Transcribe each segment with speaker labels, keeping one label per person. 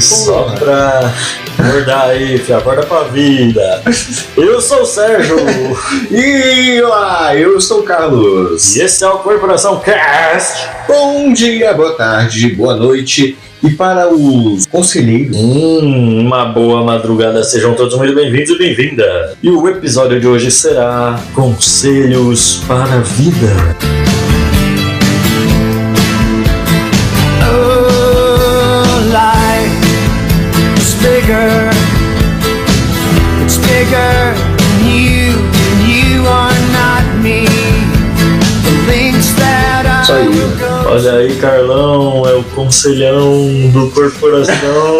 Speaker 1: Só pra acordar aí, filho. Acorda pra vida. Eu sou o Sérgio.
Speaker 2: E olá, eu sou o Carlos.
Speaker 1: E esse é o Corporação Cast.
Speaker 2: Bom dia, boa tarde, boa noite. E para os conselheiros,
Speaker 1: Hum, uma boa madrugada. Sejam todos muito bem-vindos e bem-vinda. E o episódio de hoje será Conselhos para a Vida.
Speaker 3: Oh, life is bigger. It's bigger than you, and you are not me. The links that I
Speaker 2: Isso aí.
Speaker 3: will go.
Speaker 1: Olha aí, Carlão, é o conselhão do Corporação.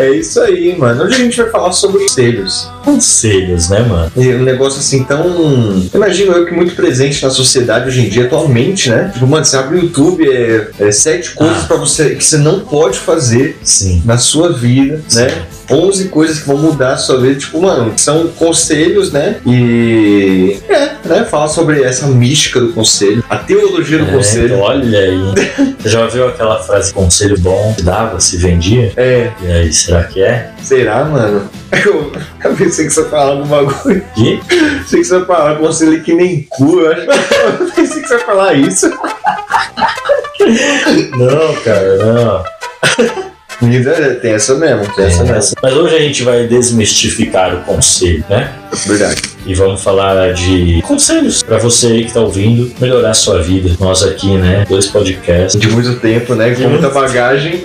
Speaker 2: é isso aí, mano. Hoje a gente vai falar sobre conselhos.
Speaker 1: Conselhos, né, mano?
Speaker 2: E um negócio assim tão. Imagino eu que muito presente na sociedade hoje em dia, atualmente, né? Tipo, mano, você abre o YouTube, é, é sete coisas
Speaker 1: Ah.
Speaker 2: pra você que você não pode fazer
Speaker 1: Sim.
Speaker 2: na sua vida,
Speaker 1: Sim.
Speaker 2: né? 11 coisas que vão mudar a sua vida, tipo, mano, são conselhos, né? E. É, né? Fala sobre essa mística do conselho, a teologia do
Speaker 1: É, então,
Speaker 2: conselho.
Speaker 1: olha aí. Já viu aquela frase conselho bom que dava, se vendia?
Speaker 2: É,
Speaker 1: E aí, será que é?
Speaker 2: será, mano? Eu, eu pensei que você ia falar alguma coisa.
Speaker 1: Que?
Speaker 2: Pensei que você ia falar conselho que nem cu, eu acho que eu pensei que você ia falar isso.
Speaker 1: Não, cara, não.
Speaker 2: Mas é, tem essa mesmo, tem essa mesmo.
Speaker 1: Mas hoje a gente vai desmistificar o conselho, né?
Speaker 2: Verdade.
Speaker 1: E vamos falar de conselhos pra você aí que tá ouvindo melhorar a sua vida. Nós aqui, né? Dois podcasts
Speaker 2: De muito tempo, né? Com muita bagagem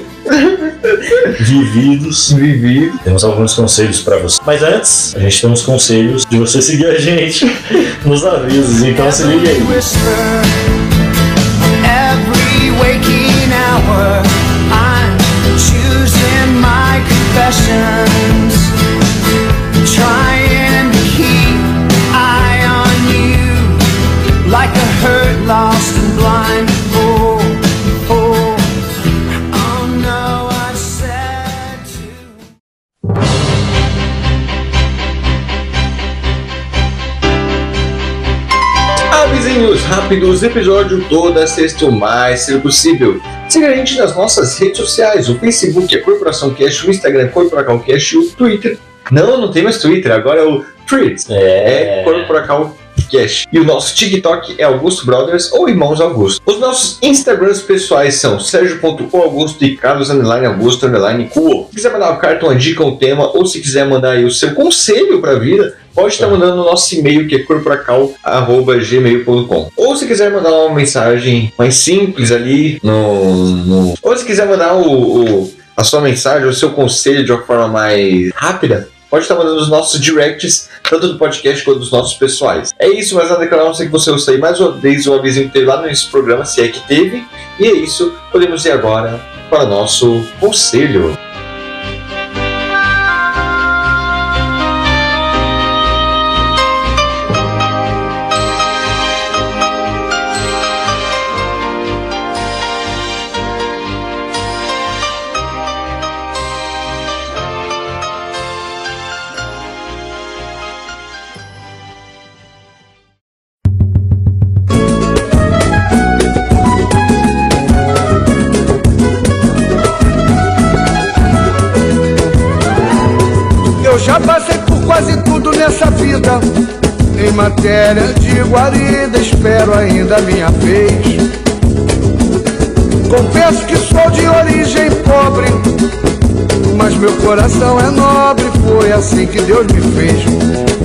Speaker 1: vividos.
Speaker 2: vivi.
Speaker 1: Temos alguns conselhos pra você. Mas antes, a gente tem uns conselhos de você seguir a gente nos avisos. Então se liga aí.
Speaker 3: Every whisper, every waking hour, I'm choosing my confessions, trying to keep an eye on you, like a hurt, lost and blind. Oh, oh, oh no, I said to.
Speaker 2: Avisinhos rápidos, episódio toda sexta o mais cedo possível. Siga a gente nas nossas redes sociais, o Facebook é Corporação Cash, o Instagram é Corporacal Cash e o Twitter. Não, não tem mais Twitter, agora é o Tweets. É Corporacal Cash. E o nosso TikTok é Augusto Brothers ou Irmãos Augusto. Os nossos Instagrams pessoais são Sérgio.coAugusto e Carlos Underline Augusto Underline Cuo. Se quiser mandar uma carta, uma dica, um tema, ou se quiser mandar aí o seu conselho pra vida, pode estar mandando no nosso e-mail que é corporacal.gmail.com. Ou se quiser mandar uma mensagem mais simples ali no. no- Ou se quiser mandar o- o a sua mensagem, o seu conselho de uma forma mais rápida, pode estar mandando os nossos directs, tanto do podcast quanto dos nossos pessoais. É isso, mas nada claro, a não ser que você ouça aí mais uma vez um o avisinho que teve lá nesse programa, se é que teve. E é isso, podemos ir agora para o nosso conselho.
Speaker 3: Eu já passei por quase tudo nessa vida. Em matéria de guarida, espero ainda a minha vez. Confesso que sou de origem pobre, mas meu coração é nobre. Foi assim que Deus me fez.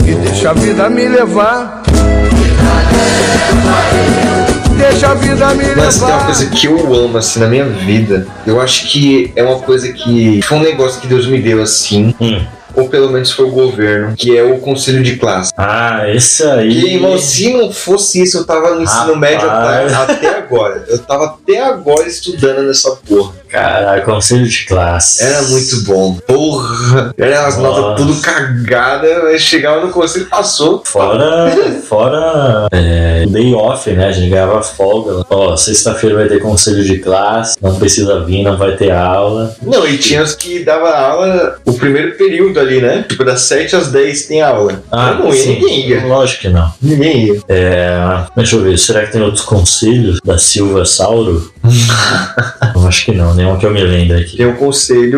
Speaker 3: E deixa a vida me levar. Deixa a vida me
Speaker 2: Mas tem uma
Speaker 3: levar.
Speaker 2: coisa que eu amo assim na minha vida. Eu acho que é uma coisa que foi um negócio que Deus me deu assim,
Speaker 1: Hum.
Speaker 2: ou pelo menos foi o governo, que é o conselho de classe.
Speaker 1: Ah, esse aí.
Speaker 2: E, irmão, se não fosse isso, eu tava no ensino
Speaker 1: Rapaz.
Speaker 2: médio até, até agora. Eu tava até agora estudando nessa porra.
Speaker 1: Caralho, conselho de classe.
Speaker 2: Era muito bom. Porra! Era as notas
Speaker 1: Nossa.
Speaker 2: tudo cagada, mas chegava no conselho passou.
Speaker 1: Fora, fora é, day off, né? A gente ganhava folga. Ó, sexta-feira vai ter conselho de classe, não precisa vir, não vai ter aula.
Speaker 2: Não, e tinha os que dava aula o primeiro período ali, né? Tipo, das 7 às 10 tem aula. eu não ia,
Speaker 1: Ah, sim.
Speaker 2: ninguém ia.
Speaker 1: Lógico que não.
Speaker 2: Ninguém ia.
Speaker 1: É, deixa eu ver, será que tem outros conselhos da Silva Sauro? Eu acho que não, nenhum que eu me lembre aqui.
Speaker 2: Tem o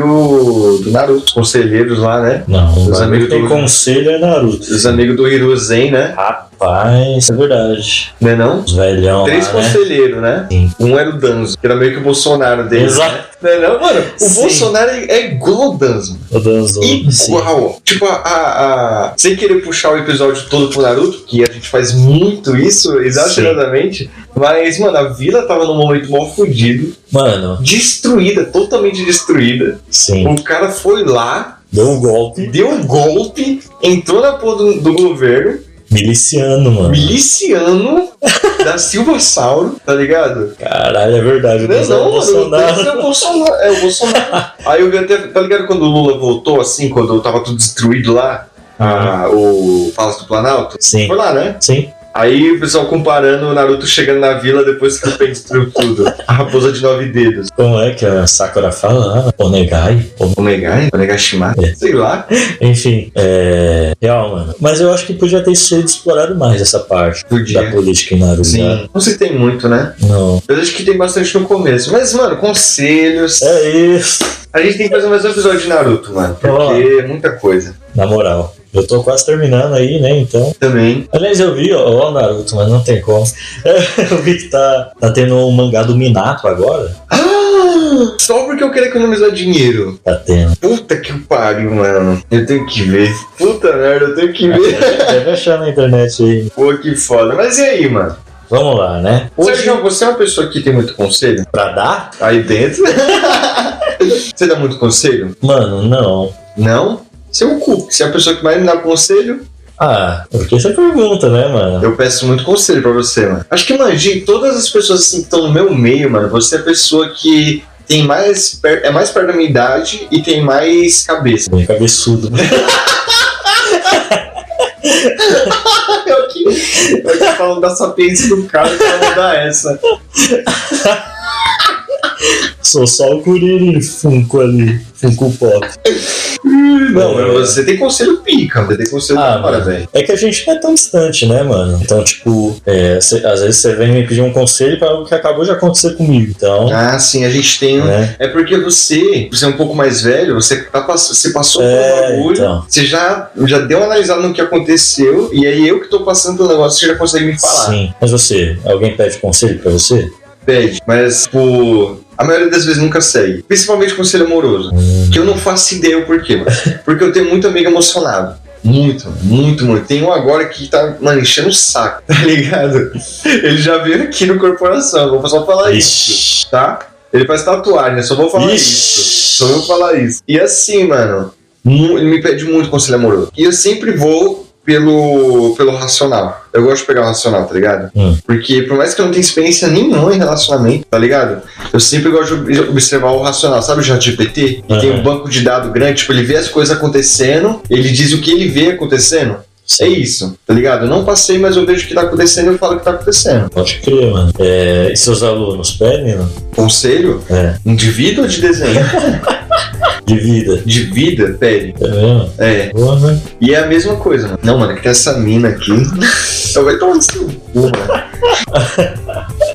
Speaker 2: conselho do Naruto, os conselheiros lá, né?
Speaker 1: Não,
Speaker 2: Os
Speaker 1: o
Speaker 2: amigos
Speaker 1: que tem
Speaker 2: do-
Speaker 1: conselho é Naruto.
Speaker 2: Os amigos do Hiruzen, né?
Speaker 1: Rapaz, é verdade.
Speaker 2: Não é não?
Speaker 1: Os velhão
Speaker 2: Três
Speaker 1: lá, né?
Speaker 2: conselheiros, né?
Speaker 1: Sim.
Speaker 2: Um era o Danzo, que era meio que o Bolsonaro dele.
Speaker 1: Exato.
Speaker 2: Não é não? Mano, o
Speaker 1: Sim.
Speaker 2: Bolsonaro é é igual o Danzo.
Speaker 1: O Danzo. Sim.
Speaker 2: Igual. Tipo, a, a- a- Sem querer puxar o episódio todo pro Naruto, que a gente faz muito isso, exageradamente. Mas, mano, a vila tava num momento mal fudido,
Speaker 1: Mano,
Speaker 2: destruída, totalmente destruída.
Speaker 1: sim.
Speaker 2: O cara foi lá,
Speaker 1: Deu um golpe
Speaker 2: deu um golpe, entrou na porra do, do governo,
Speaker 1: miliciano, mano.
Speaker 2: miliciano da Silva Sauro, tá ligado?
Speaker 1: Caralho, é verdade. O
Speaker 2: Não,
Speaker 1: Danzo é o
Speaker 2: não, mano,
Speaker 1: Bolsonaro.
Speaker 2: é o Bolsonaro. É o Bolsonaro. Aí eu vi até, tá ligado quando o Lula voltou, assim, quando tava tudo destruído lá, a- o Palácio do Planalto?
Speaker 1: Sim.
Speaker 2: Foi lá, né?
Speaker 1: Ah, Sim.
Speaker 2: Aí o pessoal comparando o Naruto chegando na vila depois que o Pen destruiu tudo. A raposa de nove dedos.
Speaker 1: Como é que a Sakura fala? Ah, Onegai. O-
Speaker 2: Omegai? Onegashima?
Speaker 1: É.
Speaker 2: Sei lá.
Speaker 1: Enfim, é. Real, mano. Mas eu acho que podia ter sido explorado mais essa parte
Speaker 2: Podia.
Speaker 1: da política em Naruto. né?
Speaker 2: Sim. Não se tem muito, né?
Speaker 1: Não.
Speaker 2: Eu acho que tem bastante no começo. Mas, mano, conselhos.
Speaker 1: É isso.
Speaker 2: A gente tem que fazer mais um episódio de Naruto, mano. Porque é muita coisa.
Speaker 1: Na moral. Eu tô quase terminando aí, né? Então.
Speaker 2: Também.
Speaker 1: Aliás, eu vi, ó, ó, Naruto, mas não tem como. Eu vi que tá, tá tendo um mangá do Minato agora.
Speaker 2: Ah! Só porque eu queria economizar dinheiro.
Speaker 1: Tá tendo.
Speaker 2: Puta que pariu, mano. Eu tenho que ver. Puta merda, eu tenho que ver.
Speaker 1: Deve achar na internet aí.
Speaker 2: Pô, que foda. Mas e aí, mano?
Speaker 1: Vamos lá, né? Hoje,
Speaker 2: Sérgio, você é uma pessoa que tem muito conselho?
Speaker 1: pra dar?
Speaker 2: Aí dentro. Você dá muito conselho?
Speaker 1: Mano, não.
Speaker 2: Não? Você é o cu. Você é a pessoa que mais me dá conselho.
Speaker 1: Ah, porque você pergunta, né, mano?
Speaker 2: Eu peço muito conselho pra você, mano. Acho que, mano, de todas as pessoas assim, que estão no meu meio, mano, você é a pessoa que tem mais. per- É mais perto da minha idade e tem mais cabeça.
Speaker 1: Bem cabeçudo.
Speaker 2: É o que, é o que falam da sapiência do cara que vai mudar essa.
Speaker 1: Sou só o Kuriri Funko ali. Funko Pop.
Speaker 2: Não, mas você tem conselho pica, você tem conselho
Speaker 1: Ah,
Speaker 2: da hora,
Speaker 1: mano.
Speaker 2: velho.
Speaker 1: É que a gente não é tão distante, né, mano? Então, tipo, é, cê- às vezes você vem me pedir um conselho pra algo que acabou de acontecer comigo. Então,
Speaker 2: Ah, sim, a gente tem um
Speaker 1: né?
Speaker 2: É porque você, você é um pouco mais velho, você, tá, pass- você passou
Speaker 1: É,
Speaker 2: por um bagulho,
Speaker 1: então.
Speaker 2: você já, já deu uma analisada no que aconteceu, e aí eu que tô passando pelo negócio, você já consegue me falar.
Speaker 1: Sim. Mas você, alguém pede conselho pra você?
Speaker 2: Pede, mas, tipo, a maioria das vezes nunca segue. Principalmente conselho amoroso.
Speaker 1: Hum.
Speaker 2: Que eu não faço ideia o porquê, mano. Porque eu tenho muito amigo emocionado. Muito, muito, muito. Tem um agora que tá, mano, enchendo o saco, tá ligado? Ele já veio aqui no corporação, eu vou só falar isso,
Speaker 1: Ixi.
Speaker 2: tá? Ele faz tatuagem, eu só vou falar isso. Só eu falar isso. E assim, mano, mu- ele me pede muito conselho amoroso. E eu sempre vou pelo, pelo racional. Eu gosto de pegar o racional, tá ligado?
Speaker 1: Hum.
Speaker 2: Porque por mais que eu não tenha experiência nenhuma em relacionamento, tá ligado? Eu sempre gosto de ob- observar o racional. Sabe o ChatGPT? Que tem um
Speaker 1: Aham.
Speaker 2: banco de dados grande, tipo, ele vê as coisas acontecendo, ele diz o que ele vê acontecendo. É
Speaker 1: Sim.
Speaker 2: isso, tá ligado? Eu não passei, mas eu vejo o que tá acontecendo e eu falo o que tá acontecendo.
Speaker 1: Pode crer, mano. É, e seus alunos pedem, mano?
Speaker 2: Conselho?
Speaker 1: É.
Speaker 2: Indivíduo ou de desenho?
Speaker 1: De vida.
Speaker 2: de vida, pede.
Speaker 1: Tá vendo?
Speaker 2: É.
Speaker 1: Boa, né?
Speaker 2: E é a mesma coisa, mano. Não, mano, é que tem essa mina aqui. Ela vai tomar no seu cu, mano.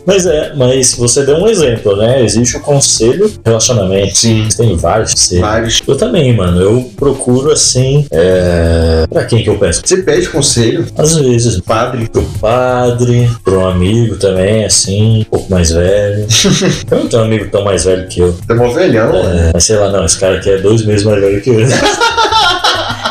Speaker 1: Mas é, mas você deu um exemplo, né? Existe o conselho relacionamento.
Speaker 2: Sim.
Speaker 1: Tem vários conselhos.
Speaker 2: Vários.
Speaker 1: Eu também, mano. Eu procuro assim. É... Pra quem que eu peço?
Speaker 2: Você pede conselho,
Speaker 1: Às vezes,
Speaker 2: padre.
Speaker 1: pro padre, pro amigo também, assim, um pouco mais velho. eu não tenho um amigo tão mais velho que eu.
Speaker 2: Tá mó velhão, mano.
Speaker 1: É, mas sei lá, não, esse cara aqui é dois meses mais velho que eu.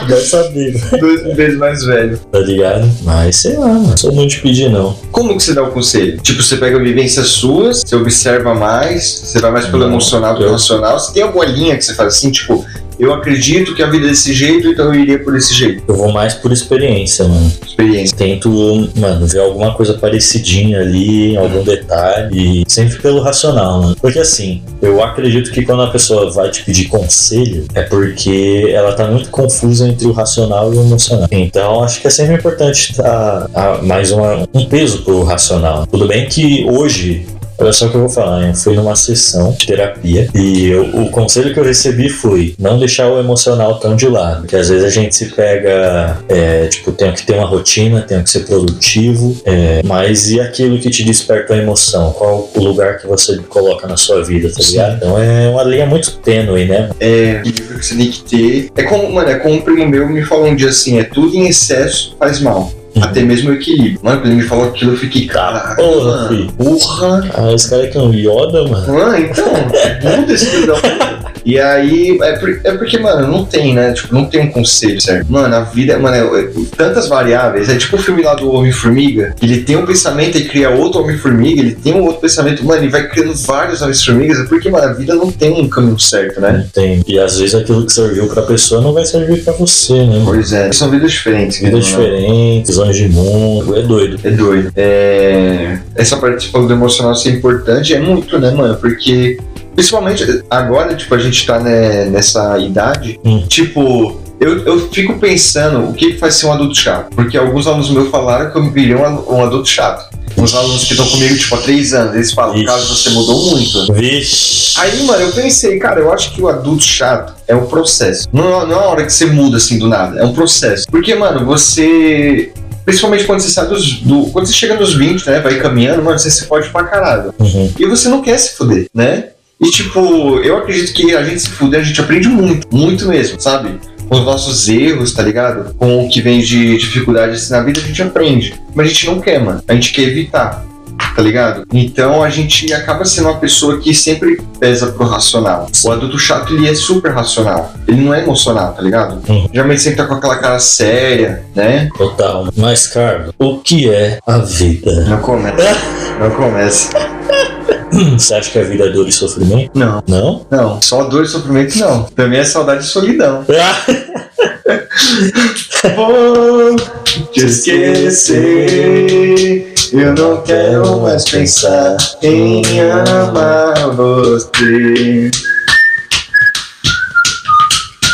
Speaker 1: Deve saber,
Speaker 2: Dois vezes mais velho.
Speaker 1: tá ligado? Mas sei lá, mano. Sou muito de pedir, não.
Speaker 2: Como que você dá o conselho? Tipo, você pega vivências suas, você observa mais, você vai mais pelo
Speaker 1: Não,
Speaker 2: emocional do
Speaker 1: eu-
Speaker 2: racional. Você tem alguma linha que você faz assim, tipo, eu acredito que a vida é desse jeito, então eu iria por esse jeito.
Speaker 1: Eu vou mais por experiência, mano.
Speaker 2: Experiência.
Speaker 1: Tento, mano, ver alguma coisa parecidinha ali, algum detalhe. E sempre pelo racional, mano. Porque assim, eu acredito que quando a pessoa vai te pedir conselho, é porque ela tá muito confusa entre o racional e o emocional. Então, acho que é sempre importante dar dar mais uma- um peso pro racional. Tudo bem que hoje Olha só o que eu vou falar, eu fui numa sessão de terapia e eu- o conselho que eu recebi foi não deixar o emocional tão de lado, porque às vezes a gente se pega, é, tipo, tenho que ter uma rotina, tenho que ser produtivo, é, mas e aquilo que te desperta a emoção? Qual o lugar que você coloca na sua vida, tá
Speaker 4: Sim.
Speaker 1: ligado? Então é uma linha muito tênue, né?
Speaker 2: É, que você tem que ter. É como, mano, é como um primo meu me falou um dia assim: é tudo em excesso faz mal.
Speaker 1: Uhum.
Speaker 2: Até mesmo o equilíbrio. Mano, quando ele me falou aquilo, eu fiquei, caraca,
Speaker 1: Porra,
Speaker 2: mano,
Speaker 1: filho.
Speaker 2: porra.
Speaker 1: Ah, esse cara que é um Yoda, mano.
Speaker 2: Ah, então, muda esse filho da puta. E aí, é, por- é porque, mano, não tem, né? Tipo, não tem um conselho, certo? Mano, a vida, mano, é, é- tantas variáveis. É tipo o filme lá do Homem-Formiga. Ele tem um pensamento e cria outro Homem-Formiga. Ele tem um outro pensamento. Mano, ele vai criando vários Homens-Formigas. É porque, mano, a vida não tem um caminho certo, né?
Speaker 1: Tem. E às vezes aquilo que serviu pra pessoa não vai servir pra você, né? mano?
Speaker 2: Pois é. São vidas diferentes.
Speaker 1: Vidas
Speaker 2: né, mano?
Speaker 1: diferentes, visões de mundo, é doido.
Speaker 2: É doido. É... Essa parte tipo, do emocional ser importante é muito, né, mano? Porque, principalmente agora, tipo, a gente tá né, nessa idade,
Speaker 1: Hum.
Speaker 2: tipo. Eu, eu fico pensando o que que faz ser um adulto chato. Porque alguns alunos meus falaram que eu me virei um, alu- um adulto chato. Uns alunos que estão comigo, tipo, há três anos, eles falam,
Speaker 1: Ixi.
Speaker 2: caso você mudou muito.
Speaker 1: Vixe.
Speaker 2: Aí, mano, eu pensei, cara, eu acho que o adulto chato é um processo. Não, não é uma hora que você muda assim do nada, é um processo. Porque, mano, você. Principalmente quando você sai dos. do- quando você chega nos 20, né? Vai caminhando, mano, você se fode pra caralho.
Speaker 1: Uhum.
Speaker 2: E você não quer se fuder, né? E tipo, eu acredito que a gente se fuder, a gente aprende muito, muito mesmo, sabe? Com os nossos erros, tá ligado? Com o que vem de dificuldades na vida, a gente aprende. Mas a gente não quer, mano. A gente quer evitar, tá ligado? Então a gente acaba sendo uma pessoa que sempre pesa pro racional. O adulto chato, ele é super racional. Ele não é emocional, tá ligado?
Speaker 1: Uhum.
Speaker 2: Geralmente sempre tá com aquela cara séria, né?
Speaker 1: Total. Mas, Carlos, o que é a vida?
Speaker 2: Não começa. Não começa.
Speaker 1: Você acha que a vida é dor e sofrimento?
Speaker 2: Não,
Speaker 1: Não?
Speaker 2: não. Só dor e sofrimento, não. Também é saudade e solidão.
Speaker 1: Ah,
Speaker 2: Vou te esquecer. Eu não quero mais pensar em amar você.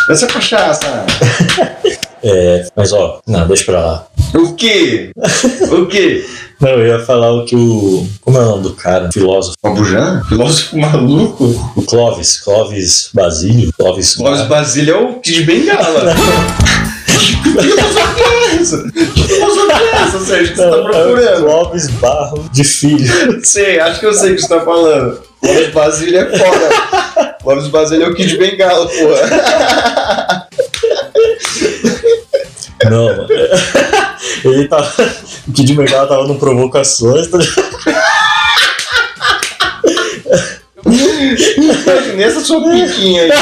Speaker 2: Essa é cachaça.
Speaker 1: é, mas ó, não, deixa pra lá.
Speaker 2: O que? O que?
Speaker 1: Não, eu ia falar o que o. Como é o nome do cara? Filósofo.
Speaker 2: Babujan? Filósofo maluco?
Speaker 1: O Clóvis. Clóvis Basílio. Clóvis.
Speaker 2: Clóvis Basílio é o Kid Bengala. Que isso? Que filosofia é essa, Sérgio? Que você tá
Speaker 1: Não, é o
Speaker 2: procurando?
Speaker 1: Clóvis Barro de Filho.
Speaker 2: Sei, acho que eu sei o que você tá falando. Lopes Basílio é foda. Lopes Basílio é o Kid Bengala, porra.
Speaker 1: Não. Ele tava. O Kid Bengala tava no provocações. tá ligado?
Speaker 2: Imaginei essa sua piquinha aí.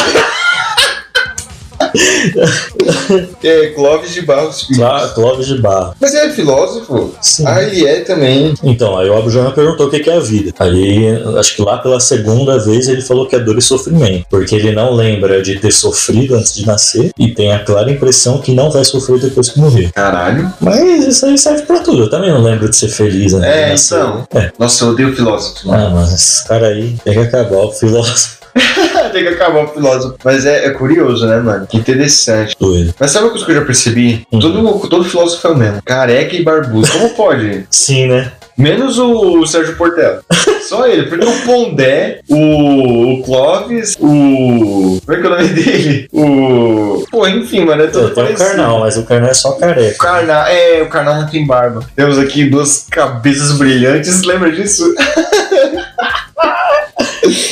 Speaker 2: É, Clóvis de Barros Filho.
Speaker 1: Clá- Clóvis de Barro.
Speaker 2: Mas ele é filósofo?
Speaker 1: Sim.
Speaker 2: Ah, ele é também.
Speaker 1: Então, aí o Abujamra perguntou o que que é a vida. Aí, acho que lá pela segunda vez ele falou que é dor e sofrimento, porque ele não lembra de ter sofrido antes de nascer e tem a clara impressão que não vai sofrer depois que morrer.
Speaker 2: Caralho.
Speaker 1: Mas isso aí serve pra tudo. Eu também não lembro de ser feliz antes de
Speaker 2: É,
Speaker 1: nascer.
Speaker 2: então.
Speaker 1: É.
Speaker 2: Nossa, eu odeio filósofo, mano.
Speaker 1: Ah, mas esse cara aí tem que acabar o filósofo
Speaker 2: Tem que acabar o filósofo. Mas é, é curioso, né, mano? Que interessante.
Speaker 1: doido.
Speaker 2: Mas sabe uma coisa que eu já percebi?
Speaker 1: Uhum.
Speaker 2: Todo, todo filósofo é o mesmo. Careca e barbudo. Como pode?
Speaker 1: Sim, né?
Speaker 2: Menos o Sérgio Portela. Só ele, porque o Pondé, o, o Clóvis, o. Como é que é o nome dele? O. Pô, enfim, mano, é
Speaker 1: Tem
Speaker 2: todo
Speaker 1: o um carnal, mas o carnal é só
Speaker 2: O
Speaker 1: careca.
Speaker 2: Carnal, é, o Carnal não tem barba. Temos aqui duas cabeças brilhantes, lembra disso?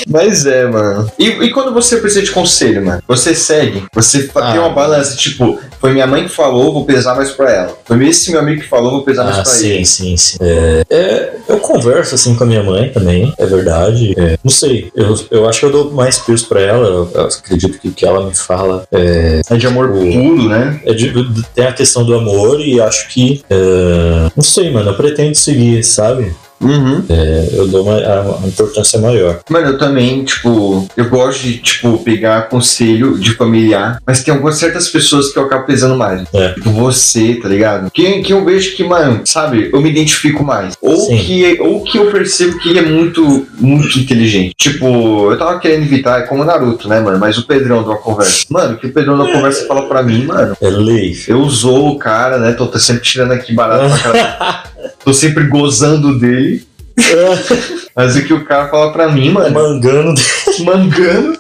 Speaker 2: Mas é, mano. E, e quando você precisa de conselho, mano? Você segue, você fa-
Speaker 1: Ah.
Speaker 2: tem uma balança, tipo, foi minha mãe que falou, vou pesar mais pra ela. Foi esse meu amigo que falou, vou pesar mais
Speaker 1: Ah,
Speaker 2: pra ele.
Speaker 1: sim, sim, sim. É, é, eu converso assim com a minha mãe também, é verdade. É, não sei, eu, eu acho que eu dou mais peso pra ela. Eu, eu acredito que o que ela me fala é,
Speaker 2: É de amor
Speaker 1: Tipo,
Speaker 2: puro, né?
Speaker 1: é de- tem a questão do amor e acho que. é, não sei, mano, eu pretendo seguir, sabe? É,
Speaker 2: Uhum.
Speaker 1: Eu dou uma, a- uma importância maior.
Speaker 2: Mano, eu também, tipo, eu gosto de, tipo, pegar conselho de familiar, mas tem algumas certas pessoas que eu acabo pesando mais.
Speaker 1: É.
Speaker 2: Tipo, você, tá ligado? Que, que eu vejo que, mano, sabe, eu me identifico mais. Ou
Speaker 1: Sim.
Speaker 2: que, ou que eu percebo que ele é muito, muito inteligente. Tipo, eu tava querendo evitar, é como o Naruto, né, mano? Mas o Pedrão deu uma conversa. Mano, o que o Pedrão deu uma conversa fala pra mim, mano.
Speaker 1: É lei.
Speaker 2: Eu usou o cara, né? Tô, tô sempre tirando aqui barato pra caralho. Tô sempre gozando dele. Mas o que o cara fala pra mim, mano,
Speaker 1: Mangando.
Speaker 2: mangando.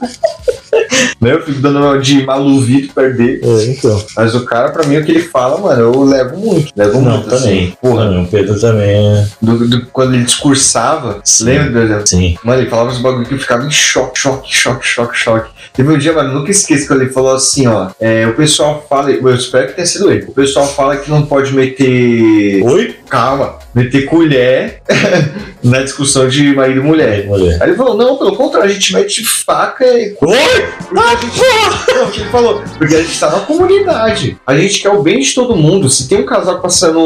Speaker 2: né? Eu fico dando uma de maluvito perder.
Speaker 1: É, então.
Speaker 2: Mas o cara, pra mim, o que ele fala, mano, eu levo muito. Levo
Speaker 1: Não, tá
Speaker 2: muito,
Speaker 1: também.
Speaker 2: assim. Porra,
Speaker 1: Mano, o Pedro também é.
Speaker 2: do- do- quando ele discursava,
Speaker 1: Sim.
Speaker 2: lembra, por exemplo?
Speaker 1: Sim.
Speaker 2: Mano, ele falava uns bagulho que eu ficava em choque, choque, choque, choque, choque. Teve um dia, mano, eu nunca esqueço quando ele falou assim, ó. é, o pessoal fala, eu espero que tenha sido ele. O pessoal fala que não pode meter.
Speaker 1: Oi?
Speaker 2: Calma, meter colher na discussão de marido e mulher.
Speaker 1: É, Mulher.
Speaker 2: Aí ele falou, não, pelo contrário, a gente mete faca e.
Speaker 1: Oi?
Speaker 2: Porque a gente. Não, o que ele falou? Porque a gente tá na comunidade. A gente quer o bem de todo mundo. Se tem um casal passando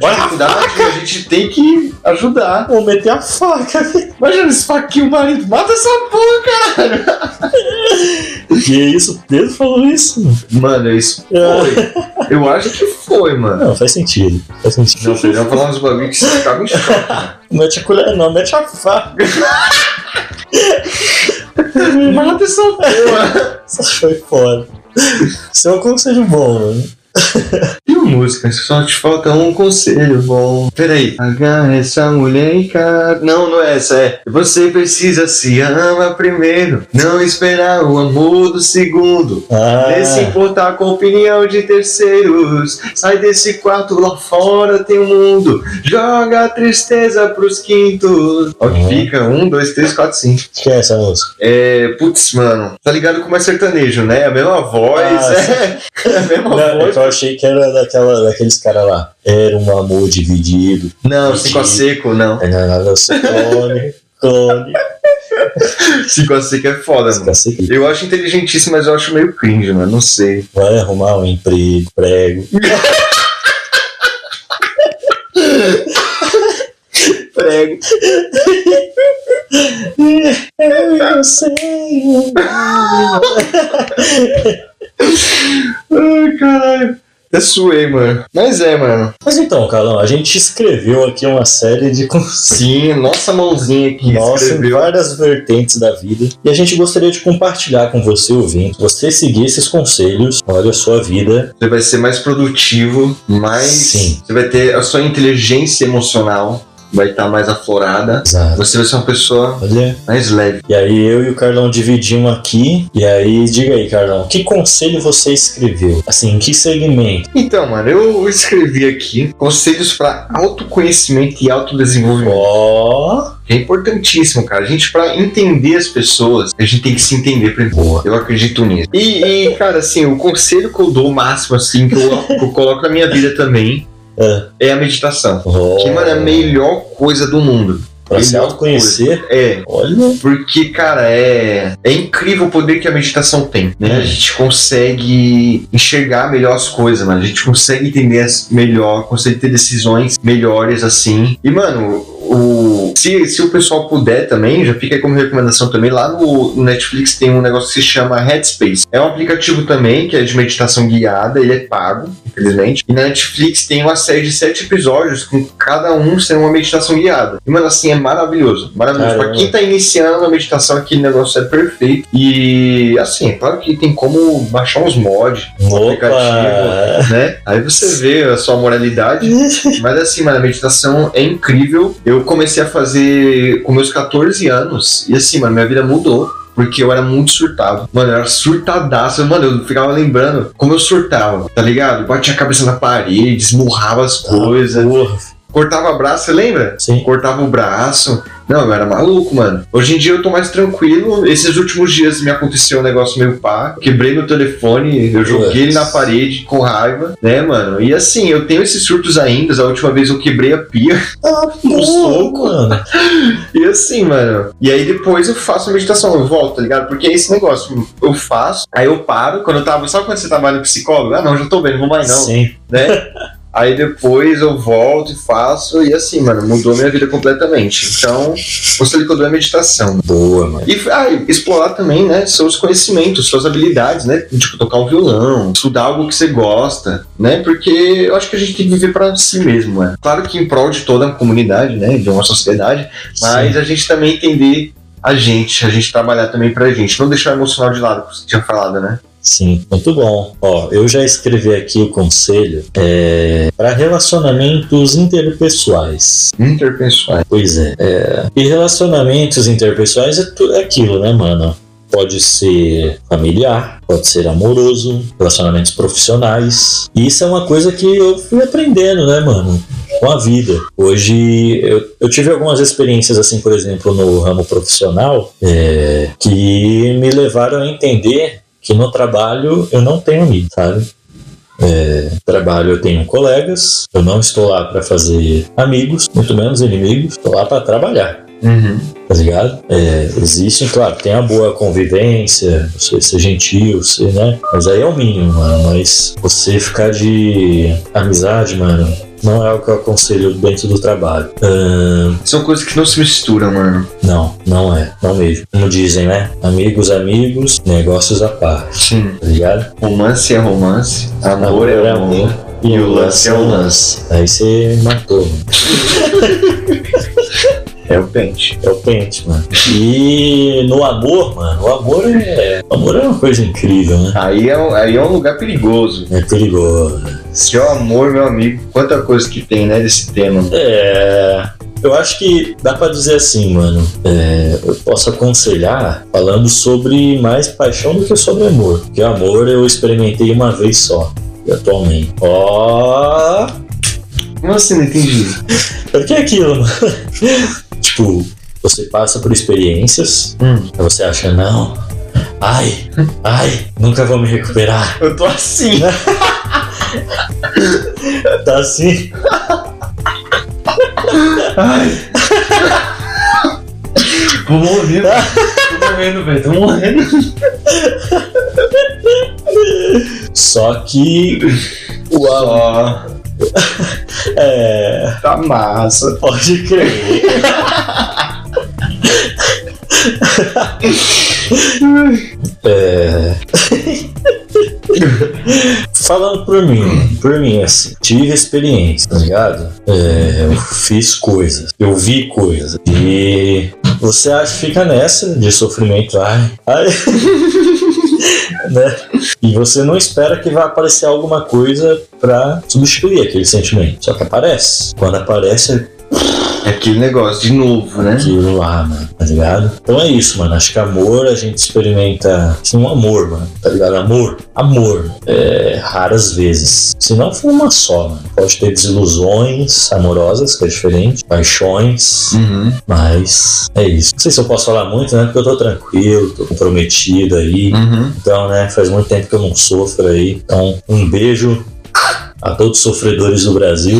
Speaker 1: Olha a
Speaker 2: dificuldade, a gente tem que ajudar.
Speaker 1: Vou meter a faca.
Speaker 2: Imagina esse faquinho o marido. Mata essa porra, cara.
Speaker 1: Que é isso? O Pedro falou isso?
Speaker 2: Mano, isso foi. Eu acho que foi, mano.
Speaker 1: Não, faz sentido. Faz sentido.
Speaker 2: Não, eu ia falar uns bagulho que você ficava em choque.
Speaker 1: Mete a colher, não, mete a faca.
Speaker 2: Mata essa porra.
Speaker 1: Isso foi foda. Seu como seja bom, né? mano.
Speaker 2: E música? Só te falta um conselho bom. Peraí. Agarra essa mulher e cara. Não, não é essa, é. Você precisa se amar primeiro. Não esperar o amor do segundo.
Speaker 1: Ah,
Speaker 2: Nem se importar com a opinião de terceiros. Sai desse quarto, lá fora tem o mundo. Joga a tristeza pros quintos. Ó, que
Speaker 1: Uhum.
Speaker 2: fica. Um, dois, três, quatro, cinco.
Speaker 1: que é essa música?
Speaker 2: É, putz, mano, tá ligado como é sertanejo, né? A mesma voz,
Speaker 1: Ah,
Speaker 2: é, a mesma
Speaker 1: Não, é
Speaker 2: voz.
Speaker 1: que eu achei que era daquela, daqueles caras lá. Era um amor dividido. é
Speaker 2: Não, cinco a seco, não.
Speaker 1: Não, não, não, clone, clone.
Speaker 2: Cinco a seco é foda, mano.
Speaker 1: Cacete.
Speaker 2: Eu acho inteligentíssimo, mas eu acho meio cringe, mano. Não sei.
Speaker 1: Vai arrumar um emprego, prego.
Speaker 2: Prego.
Speaker 1: É, Eu sei. né?
Speaker 2: Ai, caralho. Até suei, mano. Mas é, mano.
Speaker 1: Mas então, Calão, a gente escreveu aqui uma série de conselhos.
Speaker 2: Sim, nossa mãozinha aqui
Speaker 1: Nossa, em
Speaker 2: escreveu.
Speaker 1: várias vertentes da vida. E a gente gostaria de compartilhar com você, ouvinte. Você seguir esses conselhos, olha a sua vida.
Speaker 2: Você vai ser mais produtivo, mais.
Speaker 1: Sim.
Speaker 2: Você vai ter a sua inteligência emocional, vai estar mais aflorada.
Speaker 1: Exato.
Speaker 2: Você vai ser uma pessoa
Speaker 1: Olha.
Speaker 2: mais leve.
Speaker 1: E aí eu e o Carlão dividimos aqui. E aí, diga aí, Carlão, que conselho você escreveu? Assim, em que segmento?
Speaker 2: Então, mano, eu escrevi aqui conselhos pra autoconhecimento e autodesenvolvimento.
Speaker 1: Ó,
Speaker 2: que É importantíssimo, cara. A gente, pra entender as pessoas, a gente tem que se entender primeiro.
Speaker 1: boa.
Speaker 2: Eu acredito nisso. E, e, cara, assim, o conselho que eu dou o máximo, assim, que eu, que eu coloco na minha vida também,
Speaker 1: É.
Speaker 2: é a meditação.
Speaker 1: Ó.
Speaker 2: Que, mano, é a melhor coisa do mundo.
Speaker 1: Pra se
Speaker 2: melhor
Speaker 1: autoconhecer,
Speaker 2: É.
Speaker 1: olha.
Speaker 2: Porque, cara, é, é incrível o poder que a meditação tem. Né? A gente consegue enxergar melhor as coisas, mano. A gente consegue entender as- melhor, consegue ter decisões melhores assim. E, mano, o, se, se o pessoal puder também, já fica aí como recomendação também. Lá no, no Netflix tem um negócio que se chama Headspace. É um aplicativo também que é de meditação guiada, ele é pago, infelizmente. E na Netflix tem uma série de sete episódios com cada um sendo uma meditação guiada. E, mano, assim, é maravilhoso. Maravilhoso. Pra
Speaker 1: Caramba.
Speaker 2: quem tá iniciando a meditação, aquele negócio é perfeito. E, assim, é claro que tem como baixar uns mods,
Speaker 1: Opa!
Speaker 2: aplicativo. né? Aí você vê a sua moralidade. Mas assim, mano, a meditação é incrível. Eu comecei a fazer com meus 14 anos. E assim, mano, minha vida mudou. Porque eu era muito surtado. Mano, eu era surtadaço. Mano, eu ficava lembrando como eu surtava, tá ligado? Batia a cabeça na parede, esmurrava as coisas.
Speaker 1: Porra,
Speaker 2: Cortava braço, você lembra?
Speaker 1: sim.
Speaker 2: cortava o braço. Não, eu era maluco, mano. Hoje em dia eu tô mais tranquilo. Esses últimos dias me aconteceu um negócio meio pá. Quebrei meu telefone, eu joguei ele na parede com raiva, né, mano? E assim, eu tenho esses surtos ainda. A última vez eu quebrei a pia.
Speaker 1: Um
Speaker 2: soco.
Speaker 1: mano.
Speaker 2: E assim, mano. E aí depois eu faço a meditação, eu volto, tá ligado? Porque é esse negócio. Eu faço, aí eu paro. Quando eu tava. Sabe quando você tava no psicólogo? Ah, não, já tô bem, não vou mais não
Speaker 1: Sim.
Speaker 2: né? Aí depois eu volto e faço, e assim, mano, mudou minha vida completamente. Então, conselho que eu dou é meditação.
Speaker 1: Boa, mano.
Speaker 2: E ah, e explorar também, né, seus conhecimentos, suas habilidades, né? Tipo, tocar um violão, estudar algo que você gosta, né? Porque eu acho que a gente tem que viver pra si mesmo, né? Claro que em prol de toda a comunidade, né? De uma sociedade, mas a gente também entender a gente, a gente trabalhar também pra gente. Não deixar o emocional de lado, como você tinha falado, né?
Speaker 1: Sim, muito bom. Ó, eu já escrevi aqui o conselho é, para relacionamentos interpessoais.
Speaker 2: Interpessoais.
Speaker 1: Pois é, é, E relacionamentos interpessoais é, tu- é aquilo, né, mano? Pode ser familiar, pode ser amoroso, relacionamentos profissionais. E isso é uma coisa que eu fui aprendendo, né, mano? Com a vida. Hoje, eu, eu tive algumas experiências, assim, por exemplo, no ramo profissional, é, que me levaram a entender que no trabalho eu não tenho amigo, sabe? trabalho eu tenho colegas, eu não estou lá para fazer amigos, muito menos inimigos, estou lá para trabalhar.
Speaker 2: Uhum.
Speaker 1: Tá ligado? É, existe, claro, tem a boa convivência, você ser gentil, ser, né? Mas aí é o mínimo, mano. Mas você ficar de amizade, mano, não é o que eu aconselho dentro do trabalho. Ahn,
Speaker 2: São coisas que não se misturam, mano.
Speaker 1: não, não é, não mesmo. Como dizem, né? Amigos, amigos, negócios à parte,
Speaker 2: Sim.
Speaker 1: tá ligado?
Speaker 2: Romance é romance, amor, é amor. E o lance é o lance.
Speaker 1: um Aí você matou, mano.
Speaker 2: É o pente.
Speaker 1: É o pente, mano. E no amor, mano, o amor é. O amor é uma coisa incrível, né?
Speaker 2: Aí é, um- aí é um lugar perigoso.
Speaker 1: É perigoso.
Speaker 2: Se é o amor, meu amigo, quanta coisa que tem, né, desse tema.
Speaker 1: É. Eu acho que dá pra dizer assim, mano. é, eu posso aconselhar falando sobre mais paixão do que sobre amor. Porque amor eu experimentei uma vez só. E atualmente. Ó.
Speaker 2: Nossa, assim, não entendi.
Speaker 1: Porque é aquilo, mano. tipo, você passa por experiências,
Speaker 2: Hum.
Speaker 1: aí você acha, não. Ai, ai, nunca vou me recuperar.
Speaker 2: Eu tô assim.
Speaker 1: Tá assim?
Speaker 2: Ai. tô morrendo. Tô morrendo, velho. Tô morrendo.
Speaker 1: Só que. Uau!
Speaker 2: Ó,
Speaker 1: É.
Speaker 2: tá massa.
Speaker 1: Pode crer. É. Falando por mim, por mim, assim, tive experiência, tá ligado? É, eu fiz coisas, eu vi coisas. E você acha que fica nessa de sofrimento, ai, ai. né? E você não espera que vai aparecer alguma coisa pra substituir aquele sentimento. Só que aparece. Quando aparece, é
Speaker 2: É aquele negócio, de novo, né?
Speaker 1: aquilo lá, mano, tá ligado? Então é isso, mano. Acho que amor a gente experimenta. Assim, um amor, mano, tá ligado? Amor, amor. É, raras vezes. Se não for uma só, mano. Pode ter desilusões amorosas, que é diferente, paixões,
Speaker 2: Uhum.
Speaker 1: mas é isso. Não sei se eu posso falar muito, né? Porque eu tô tranquilo, tô comprometido aí.
Speaker 2: Uhum.
Speaker 1: Então, né, faz muito tempo que eu não sofro aí. Então, um beijo a todos os sofredores do Brasil.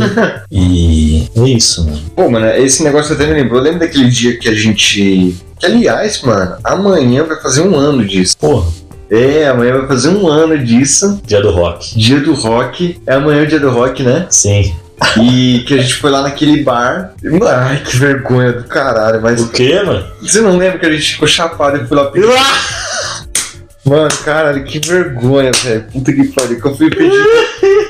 Speaker 1: e é isso, mano.
Speaker 2: Pô, mano, esse negócio até me lembrou. Lembra daquele dia que a gente. Que, aliás, mano, amanhã vai fazer um ano disso.
Speaker 1: Porra,
Speaker 2: É, amanhã vai fazer um ano disso.
Speaker 1: dia do rock.
Speaker 2: Dia do rock. É amanhã o dia do rock, né?
Speaker 1: Sim.
Speaker 2: E que a gente foi lá naquele bar. Ai, que vergonha do caralho. Mas
Speaker 1: O quê, mano?
Speaker 2: Você não lembra que a gente ficou chapado e foi lá pedir? Mano, caralho, que vergonha, velho. Puta que pariu. Que eu fui pedir.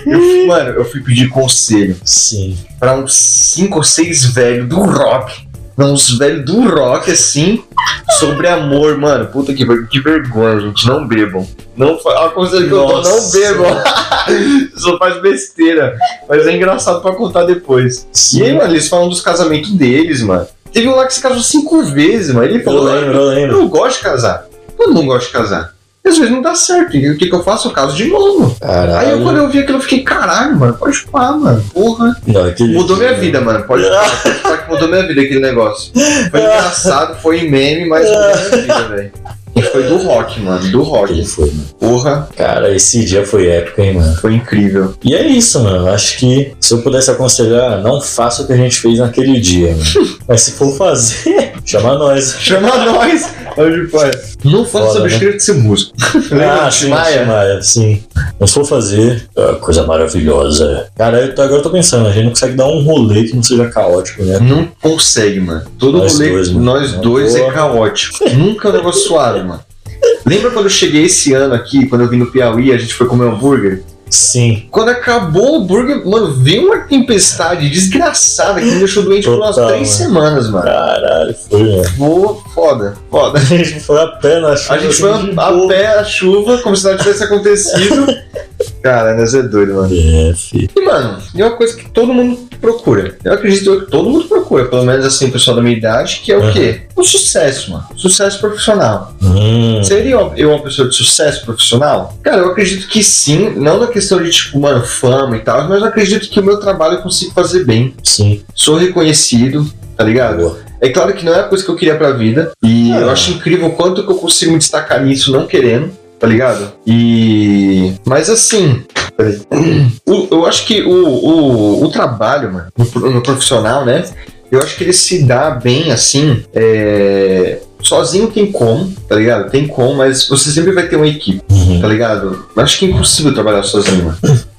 Speaker 2: Eu fui- mano, eu fui pedir conselho
Speaker 1: Sim.
Speaker 2: pra uns 5 ou 6 velhos do rock. Não, uns velhos do rock, assim, sobre amor, mano. Puta que, ver- que vergonha, gente. Não bebam. Não fa- Olha o conselho que eu dou, não
Speaker 1: Nossa.
Speaker 2: bebam. Só faz besteira. Mas é engraçado pra contar depois. E aí,
Speaker 1: Sim.
Speaker 2: mano, eles falam dos casamentos deles, mano. Teve um lá que se casou cinco vezes, mano. Ele
Speaker 1: Eu
Speaker 2: falou,
Speaker 1: lembro, eu
Speaker 2: eu
Speaker 1: lembro.
Speaker 2: não gosto de casar. Eu não gosto de casar. E às vezes não dá certo. E o que, que eu faço? Eu caso de novo.
Speaker 1: Ah,
Speaker 2: Aí eu, quando
Speaker 1: Caralho.
Speaker 2: eu vi aquilo, eu fiquei, caralho, mano, pode chupar, mano. Porra.
Speaker 1: Não, aquele-
Speaker 2: Mudou minha vida, mano. Pode chupar, pode chupar que mudou minha vida aquele negócio. Foi engraçado, foi meme, mas mudou minha vida, velho. E foi do rock, mano.
Speaker 1: Aquele
Speaker 2: Do rock.
Speaker 1: foi, mano.
Speaker 2: Porra,
Speaker 1: Cara, esse dia foi épico, hein, mano.
Speaker 2: foi incrível.
Speaker 1: E é isso, mano. Acho que se eu pudesse aconselhar, não faça o que a gente fez naquele dia, mano. Mas se for fazer, chama nós.
Speaker 2: Chama nós! Hoje, pai. Não fala
Speaker 1: Foda,
Speaker 2: sobre
Speaker 1: né?
Speaker 2: escrito esse músico.
Speaker 1: ah,
Speaker 2: Lembra do
Speaker 1: sim,
Speaker 2: Maia?
Speaker 1: Maia, sim. Mas se for fazer, é uma coisa maravilhosa. Cara, eu tô- agora eu tô pensando, a gente não consegue dar um rolê que não seja caótico, né?
Speaker 2: Não consegue, mano. Todo
Speaker 1: Nós
Speaker 2: rolê,
Speaker 1: dois, mano.
Speaker 2: nós
Speaker 1: Uma
Speaker 2: dois é
Speaker 1: boa.
Speaker 2: caótico. Nunca é um negócio suave, mano. Lembra quando eu cheguei esse ano aqui, quando eu vim no Piauí, a gente foi comer um hambúrguer?
Speaker 1: Sim.
Speaker 2: Quando acabou o burger, mano, veio uma tempestade desgraçada que me deixou doente por umas
Speaker 1: Total,
Speaker 2: três
Speaker 1: mano.
Speaker 2: semanas, mano.
Speaker 1: Caralho, foi, mano.
Speaker 2: Boa, foda, foda.
Speaker 1: A gente foi a pé na chuva.
Speaker 2: A gente foi
Speaker 1: assim, de
Speaker 2: a, a
Speaker 1: boa.
Speaker 2: pé, a chuva, como se nada tivesse acontecido. Cara, nós é doido, mano.
Speaker 1: É, fi.
Speaker 2: E, mano, é uma coisa que todo mundo procura. Eu acredito que todo mundo procura, pelo menos assim, o pessoal da minha idade, que é o
Speaker 1: Uhum.
Speaker 2: quê? O sucesso, mano. Sucesso profissional.
Speaker 1: Hum,
Speaker 2: Seria eu uma pessoa de sucesso profissional? Cara, eu acredito que sim. Não na questão de, tipo, mano, fama e tal, mas eu acredito que o meu trabalho eu consigo fazer bem.
Speaker 1: sim.
Speaker 2: Sou reconhecido, tá ligado?
Speaker 1: Boa.
Speaker 2: É claro que não é a coisa que eu queria pra vida. E
Speaker 1: Ah.
Speaker 2: eu acho incrível o quanto que eu consigo me destacar nisso, não querendo, tá ligado? E. Mas assim. peraí. O- eu acho que o, o, o trabalho, mano, no, pro- no profissional, né? Eu acho que ele se dá bem assim. é, Sozinho tem como, tá ligado? Tem como, mas você sempre vai ter uma equipe,
Speaker 1: Uhum.
Speaker 2: tá ligado? Eu acho que é impossível trabalhar sozinho, mano.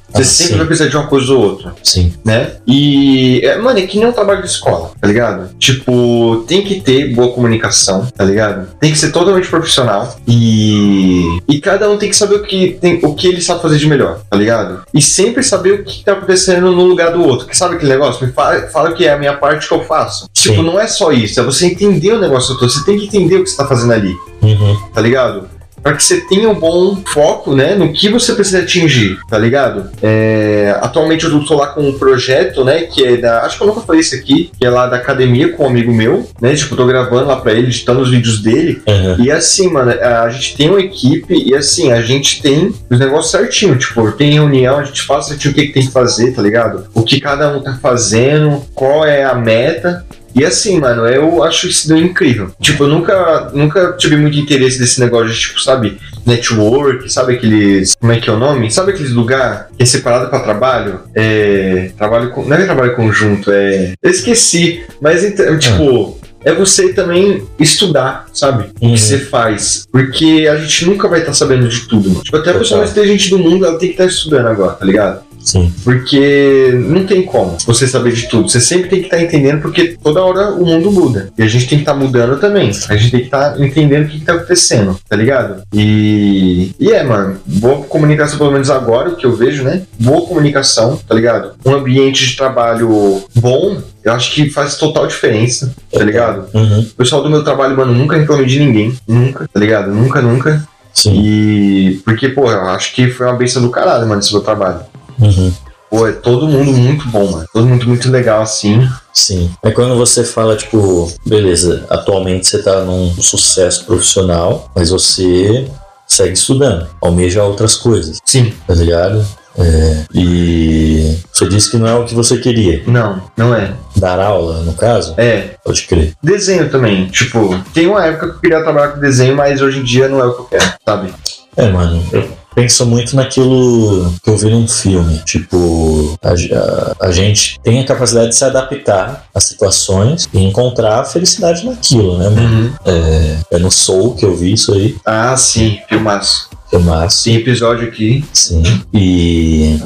Speaker 2: Você
Speaker 1: Ah,
Speaker 2: sempre
Speaker 1: sim,
Speaker 2: vai precisar de uma coisa ou outra
Speaker 1: sim.
Speaker 2: né? E, é, mano, é que nem um trabalho de escola, tá ligado? Tipo, tem que ter boa comunicação, tá ligado? Tem que ser totalmente profissional e. E cada um tem que saber o que, tem, o que ele sabe fazer de melhor, tá ligado? E sempre saber o que tá acontecendo no lugar do outro. Que sabe aquele negócio? Me fala, fala o que é a minha parte que eu faço.
Speaker 1: Sim.
Speaker 2: Tipo, não é só isso, é você entender o negócio todo. Você tem que entender o que você tá fazendo ali
Speaker 1: Uhum.
Speaker 2: tá ligado? Pra que você tenha um bom foco, né, no que você precisa atingir, tá ligado? É, atualmente eu tô lá com um projeto, né, que é da... Acho que eu nunca falei isso aqui, que é lá da academia com um amigo meu, né, tipo, eu tô gravando lá pra ele, editando os vídeos dele,
Speaker 1: Uhum.
Speaker 2: e assim, mano, a gente tem uma equipe e assim, a gente tem os negócios certinho, tipo, tem reunião, a gente faz certinho o que, que tem que fazer, tá ligado? O que cada um tá fazendo, qual é a meta. E assim, mano, eu acho isso daí incrível. Tipo, eu nunca, nunca tive muito interesse desse negócio de, tipo, sabe, network, sabe aqueles. Como é que é o nome? Sabe aqueles lugar que é separado pra trabalho? É. Trabalho. com- Não é trabalho conjunto, é. Eu esqueci. Mas, então, tipo, é você também estudar, sabe? o
Speaker 1: Uhum.
Speaker 2: que você faz. Porque a gente nunca vai estar sabendo de tudo, mano. Tipo, até a pessoa mais inteligente do mundo, ela tem que estar estudando agora, tá ligado?
Speaker 1: Sim.
Speaker 2: Porque não tem como você saber de tudo. Você sempre tem que estar entendendo, porque toda hora o mundo muda. E a gente tem que estar mudando também. A gente tem que estar entendendo o que, está acontecendo, tá ligado? E. E é, mano. Boa comunicação, pelo menos agora, o que eu vejo, né? Boa comunicação, tá ligado? Um ambiente de trabalho bom, eu acho que faz total diferença, tá ligado?
Speaker 1: Uhum.
Speaker 2: O pessoal do meu trabalho, mano, nunca reclamei de ninguém. Nunca, tá ligado? Nunca, nunca.
Speaker 1: Sim.
Speaker 2: E. Porque, pô, eu acho que foi uma benção do caralho, mano, esse meu trabalho.
Speaker 1: Uhum.
Speaker 2: Pô, é todo mundo muito bom, mano. Todo mundo muito legal, assim.
Speaker 1: Sim. É quando você fala, tipo, beleza, atualmente você tá num sucesso profissional, mas você segue estudando, almeja outras coisas,
Speaker 2: Sim.
Speaker 1: tá ligado? É, e você disse que não é o que você queria.
Speaker 2: Não, não é.
Speaker 1: Dar aula, no caso?
Speaker 2: É.
Speaker 1: Pode crer.
Speaker 2: Desenho também. Tipo, tem uma época que eu queria trabalhar com desenho, mas hoje em dia não é o que eu quero, sabe?
Speaker 1: É, mano, eu penso muito naquilo que eu vi num filme. Tipo, a, ge- a- a gente tem a capacidade de se adaptar às situações e encontrar a felicidade naquilo, né, mano?
Speaker 2: Uhum.
Speaker 1: É no Soul que eu vi isso aí,
Speaker 2: Ah, sim, filmaço.
Speaker 1: que é massa.
Speaker 2: Tem episódio aqui.
Speaker 1: Sim. E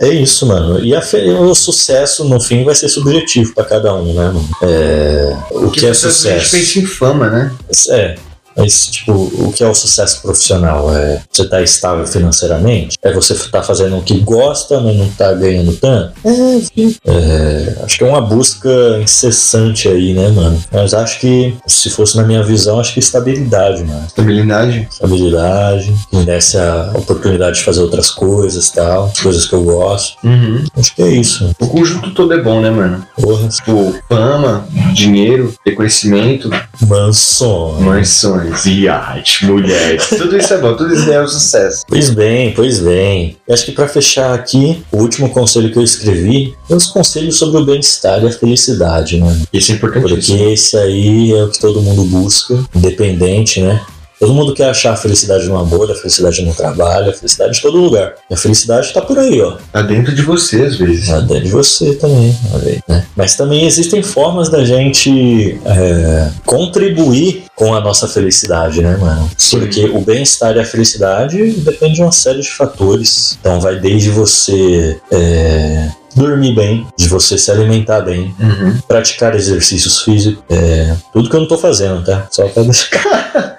Speaker 1: é isso, mano. E a fe- o sucesso, no fim, vai ser subjetivo pra cada um, né, mano? É... O que é
Speaker 2: muitas vezes A
Speaker 1: sucesso?
Speaker 2: gente pensa em fama, né?
Speaker 1: É. Mas, tipo, o que é o sucesso profissional? É você tá estável financeiramente? É você tá fazendo o que gosta, mas não tá ganhando tanto? É, enfim. É, acho que é uma busca incessante aí, né, mano? Mas acho que, se fosse na minha visão, acho que estabilidade, mano.
Speaker 2: Estabilidade.
Speaker 1: Estabilidade, me desse a oportunidade de fazer outras coisas tal, coisas que eu gosto.
Speaker 2: Uhum.
Speaker 1: Acho que é isso.
Speaker 2: O conjunto todo é bom, né, mano?
Speaker 1: Porra,
Speaker 2: Tipo, fama, dinheiro, reconhecimento,
Speaker 1: mansão.
Speaker 2: Mansões, iate, mulheres. Tudo isso é bom, tudo isso é um sucesso.
Speaker 1: Pois bem, pois bem. E acho que para fechar aqui, o último conselho que eu escrevi é os conselhos sobre o bem-estar e a felicidade, né?
Speaker 2: Isso é
Speaker 1: Porque
Speaker 2: importantíssimo.
Speaker 1: esse aí é o que todo mundo busca, independente, né? Todo mundo quer achar a felicidade no amor, a felicidade no trabalho, a felicidade em todo lugar. E a felicidade tá por aí, ó.
Speaker 2: Tá dentro de você, às vezes.
Speaker 1: Até de você também, uma vez, né? Mas também existem formas da gente é, contribuir com a nossa felicidade, né, mano?
Speaker 2: Sim.
Speaker 1: Porque o bem-estar e a felicidade depende de uma série de fatores. Então vai desde você é, dormir bem, de você se alimentar bem,
Speaker 2: Uhum.
Speaker 1: praticar exercícios físicos, é, tudo que eu não tô fazendo, tá? Só pra deixar.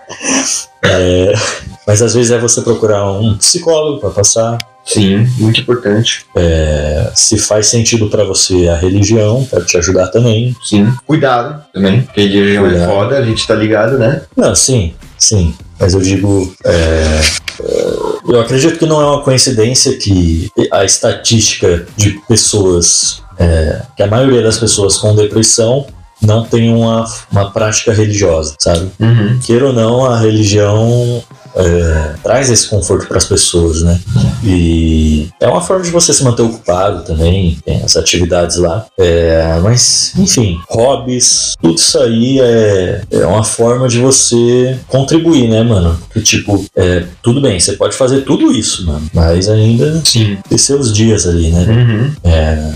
Speaker 1: É, Mas às vezes é você procurar um psicólogo para passar,
Speaker 2: Sim, muito importante.
Speaker 1: é, se faz sentido para você a religião, para te ajudar também.
Speaker 2: Sim. Cuidado também, porque religião é
Speaker 1: Cuidado.
Speaker 2: foda, a gente tá ligado, né?
Speaker 1: Não, sim, sim. Mas eu digo, é, é, eu acredito que não é uma coincidência que a estatística de pessoas, é, que a maioria das pessoas com depressão não tem uma, uma prática religiosa, sabe?
Speaker 2: Uhum.
Speaker 1: Queira ou não, a religião é, traz esse conforto para as pessoas, né? E é uma forma de você se manter ocupado também, tem as atividades lá. É, mas, enfim, hobbies, tudo isso aí é, é uma forma de você contribuir, né, mano? Porque, tipo, é, tudo bem, você pode fazer tudo isso, mano, mas ainda
Speaker 2: Sim.
Speaker 1: ter seus dias ali, né?
Speaker 2: Uhum.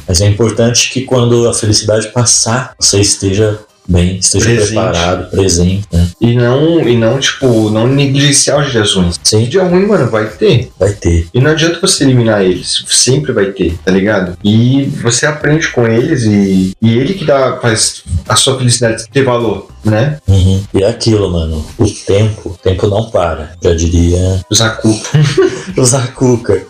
Speaker 1: Mas é importante que quando a felicidade passar, você esteja bem, esteja
Speaker 2: Presente.
Speaker 1: preparado, presente, né?
Speaker 2: E não, e não, tipo, não negligenciar os dias ruins.
Speaker 1: Sim,
Speaker 2: Dia ruim, mano, vai ter.
Speaker 1: vai ter.
Speaker 2: E não adianta você eliminar eles, sempre vai ter, tá ligado? E você aprende com eles e, e ele que dá, faz a sua felicidade ter valor, né?
Speaker 1: Uhum. E é aquilo, mano. O tempo, o tempo não para. Já diria
Speaker 2: Usar culpa.
Speaker 1: usar cuca.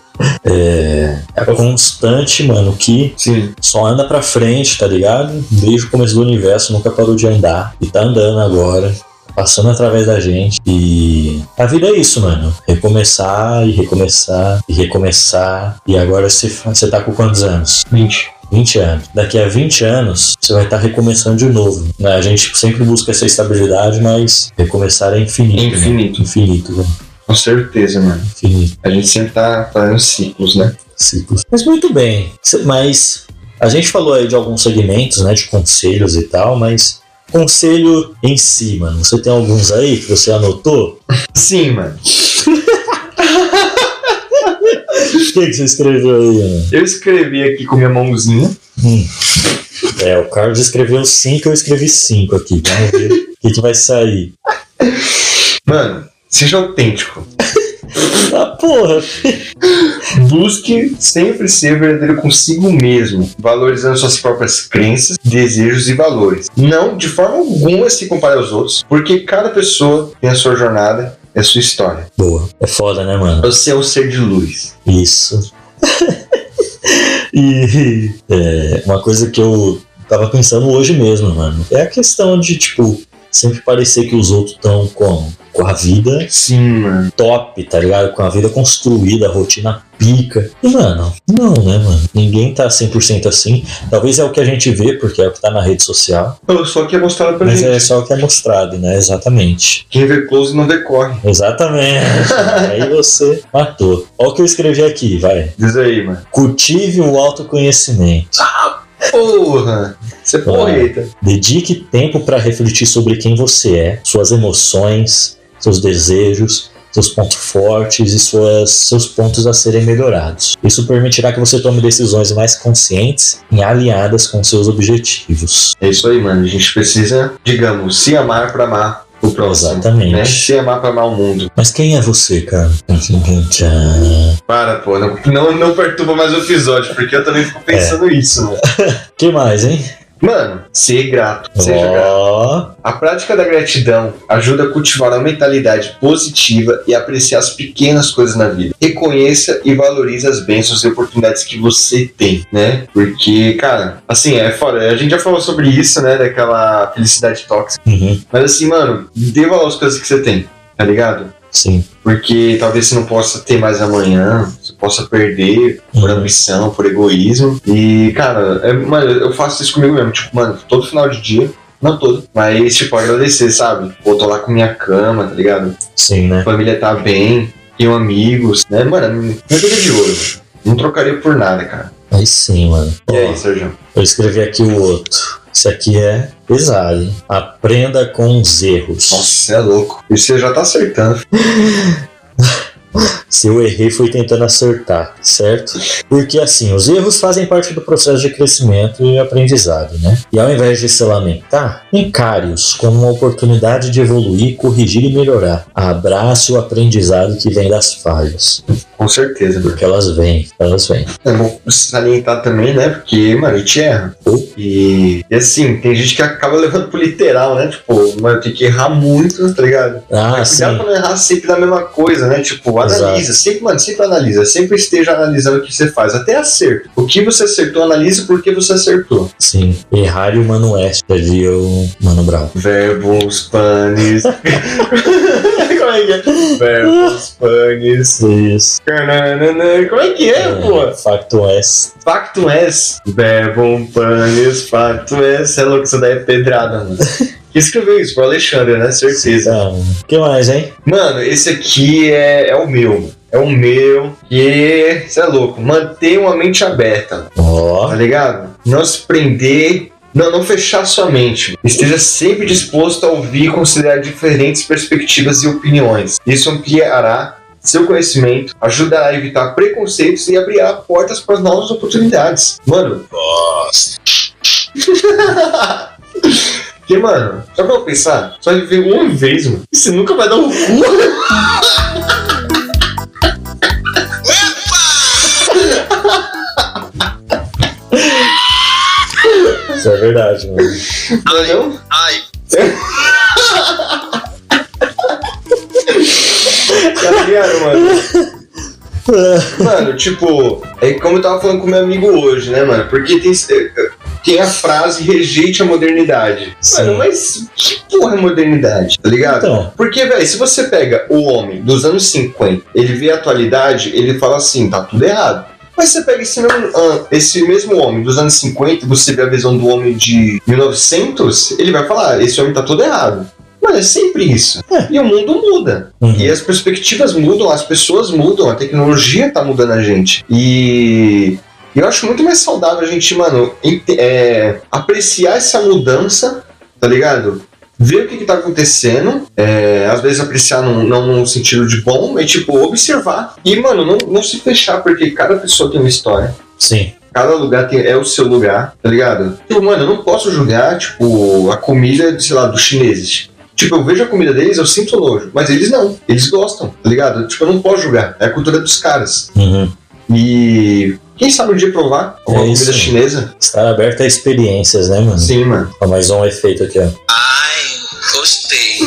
Speaker 1: É, é constante, mano, que
Speaker 2: Sim.
Speaker 1: só anda pra frente, tá ligado? Desde o começo do universo, nunca parou de andar. E tá andando agora, tá passando através da gente. E a vida é isso, mano. Recomeçar e recomeçar e recomeçar. E agora você, fa- você tá com quantos anos?
Speaker 2: Mente.
Speaker 1: 20 anos. Daqui a 20 anos, você vai estar recomeçando de novo. Né? A gente sempre busca essa estabilidade, mas recomeçar é infinito.
Speaker 2: É
Speaker 1: né?
Speaker 2: infinito.
Speaker 1: Infinito, né?
Speaker 2: Com certeza, mano.
Speaker 1: infinito.
Speaker 2: A gente sempre tá fazendo ciclos, né?
Speaker 1: Ciclos. Mas muito bem. C- Mas a gente falou aí de alguns segmentos, né? De conselhos e tal, mas conselho em si, mano. Você tem alguns aí que você anotou?
Speaker 2: Sim, mano.
Speaker 1: O que, que você escreveu aí, né? mano?
Speaker 2: Eu escrevi aqui com minha mãozinha.
Speaker 1: É, o Carlos escreveu cinco, eu escrevi cinco aqui. Vamos ver o que, que vai sair.
Speaker 2: Mano, seja autêntico.
Speaker 1: Ah, porra!
Speaker 2: Busque sempre ser verdadeiro consigo mesmo, valorizando suas próprias crenças, desejos e valores. Não de forma alguma se compare aos outros, porque cada pessoa tem a sua jornada e a sua história.
Speaker 1: Boa. É foda, né, mano?
Speaker 2: Você é um ser de luz.
Speaker 1: Isso. e é, uma coisa que eu tava pensando hoje mesmo, mano, é a questão de, tipo, sempre parecer que os outros estão com, com a vida
Speaker 2: Sim, mano.
Speaker 1: top, tá ligado? Com a vida construída, a rotina pica. E, mano, não, né, mano? Ninguém tá 100% assim. Talvez é o que a gente vê, porque é o que tá na rede social,
Speaker 2: Eu só que é mostrado pra
Speaker 1: mas
Speaker 2: gente.
Speaker 1: é só o que é mostrado, né? Exatamente.
Speaker 2: Quem vê close não vê corre.
Speaker 1: Exatamente. Aí você matou. Olha o que eu escrevi aqui, vai.
Speaker 2: Diz aí, mano.
Speaker 1: Cultive o autoconhecimento.
Speaker 2: Porra! Você é porreta.
Speaker 1: Dedique tempo para refletir sobre quem você é, suas emoções, seus desejos, seus pontos fortes e suas, seus pontos a serem melhorados. Isso permitirá que você tome decisões mais conscientes e alinhadas com seus objetivos.
Speaker 2: É isso aí, mano. A gente precisa, digamos, se amar pra amar o próximo.
Speaker 1: Exatamente.
Speaker 2: Né? Se amar pra amar o mundo.
Speaker 1: Mas quem é você, cara?
Speaker 2: Para, pô. Não, não, não perturba mais o episódio, porque eu também fico pensando isso, mano.
Speaker 1: Que mais, hein?
Speaker 2: Mano, ser grato. Seja grato.
Speaker 1: Ó,
Speaker 2: A prática da gratidão ajuda a cultivar uma mentalidade positiva e apreciar as pequenas coisas na vida. Reconheça e valorize as bênçãos e oportunidades que você tem, né? Porque, cara, assim, é fora. A gente já falou sobre isso, né? Daquela felicidade tóxica.
Speaker 1: uhum,
Speaker 2: Mas assim, mano, dê valor às coisas que você tem, tá ligado?
Speaker 1: sim.
Speaker 2: Porque talvez você não possa ter mais amanhã, você possa perder, por
Speaker 1: Uhum.
Speaker 2: ambição, por egoísmo. E, cara, é- mano, eu faço isso comigo mesmo. Tipo, mano, todo final de dia, não todo, mas, tipo, agradecer, sabe? Pô, tô lá com minha cama, tá ligado?
Speaker 1: Sim,
Speaker 2: A
Speaker 1: né?
Speaker 2: família tá bem, tenho amigos, né? Mano, minha vida é de ouro. Não trocaria por nada, cara.
Speaker 1: Aí sim, mano.
Speaker 2: E aí, Sérgio?
Speaker 1: Eu escrevi aqui o outro. Isso aqui é pesado. hein? Aprenda com os erros.
Speaker 2: Nossa, você é louco. E você já tá acertando.
Speaker 1: Se eu errei, foi tentando acertar, certo? Porque assim, os erros fazem parte do processo de crescimento e aprendizado, né? E ao invés de se lamentar, encare-os como uma oportunidade de evoluir, corrigir e melhorar. Abrace o aprendizado que vem das falhas,
Speaker 2: Com certeza, Bruno.
Speaker 1: porque elas vêm, elas vêm.
Speaker 2: É bom salientar também, né? Porque, mano, a gente erra. E, e assim, tem gente que acaba levando pro literal, né? Tipo, mano, tem que errar muito, tá ligado?
Speaker 1: Ah, sim.
Speaker 2: Cuidado pra não errar sempre da mesma coisa, né? Tipo, analisa,
Speaker 1: Exato.
Speaker 2: sempre, mano, sempre analisa, sempre esteja analisando o que você faz, até acerto. O que você acertou, analise por que você acertou.
Speaker 1: Sim, errar e o Mano Oeste, ali o Mano Brown.
Speaker 2: Verbos, panes. Como é que é? Verbos, panes.
Speaker 1: Isso.
Speaker 2: Tananana. Como é que é, pô?
Speaker 1: Facto Oeste.
Speaker 2: Facto es, verbum panis, facto es. É louco, isso daí é pedrada, mano. Quem escreveu isso? Pro Alexandre, né? Certeza.
Speaker 1: O que mais, hein?
Speaker 2: Mano, esse aqui é, é o meu, mano. É o meu. E você é louco. Manter uma mente aberta,
Speaker 1: Ó,
Speaker 2: tá ligado? Não se prender. Não, não fechar sua mente. Esteja sempre disposto a ouvir e considerar diferentes perspectivas e opiniões. Isso ampliará seu conhecimento, ajudará a evitar preconceitos e abrirá portas para novas oportunidades. Mano,
Speaker 1: gosto.
Speaker 2: Porque, mano, só pra eu pensar, só viver uma vez, mano. Você nunca vai dar um cu.
Speaker 1: Isso é verdade, mano.
Speaker 2: Entendeu?
Speaker 4: Ai,
Speaker 2: Tá ligado, mano? Mano, tipo, é como eu tava falando com meu amigo hoje, né, mano? Porque tem, tem a frase rejeite a modernidade.
Speaker 1: Sim.
Speaker 2: Mano, mas que porra é modernidade? Tá ligado?
Speaker 1: Então,
Speaker 2: Porque, velho, se você pega o homem dos anos 50, ele vê a atualidade, ele fala assim, tá tudo errado. Mas você pega esse mesmo, ah, esse mesmo homem dos anos 50, você vê a visão do homem de 1900, ele vai falar, esse homem tá tudo errado. Mano, é sempre isso.
Speaker 1: É.
Speaker 2: E o mundo muda.
Speaker 1: uhum.
Speaker 2: E as perspectivas mudam, as pessoas mudam, a tecnologia tá mudando a gente. E eu acho muito mais saudável a gente, mano, ente- é, apreciar essa mudança, tá ligado? Ver o que, que tá acontecendo. é, às vezes apreciar num- não num sentido de bom, é tipo observar. E, mano, não, não se fechar, porque cada pessoa tem uma história.
Speaker 1: sim.
Speaker 2: Cada lugar tem- é o seu lugar, tá ligado? Tipo, mano, eu não posso julgar, tipo, a comida, sei lá, dos chineses. Tipo, eu vejo a comida deles, eu sinto nojo. Mas eles não. Eles gostam, tá ligado? Tipo, eu não posso julgar. É a cultura dos caras.
Speaker 1: Uhum.
Speaker 2: E... Quem sabe um dia provar uma
Speaker 1: É isso
Speaker 2: comida
Speaker 1: aí.
Speaker 2: chinesa?
Speaker 1: Estar aberto a experiências, né, mano?
Speaker 2: Sim, mano.
Speaker 1: Ó, mais um efeito aqui, ó.
Speaker 4: gostei.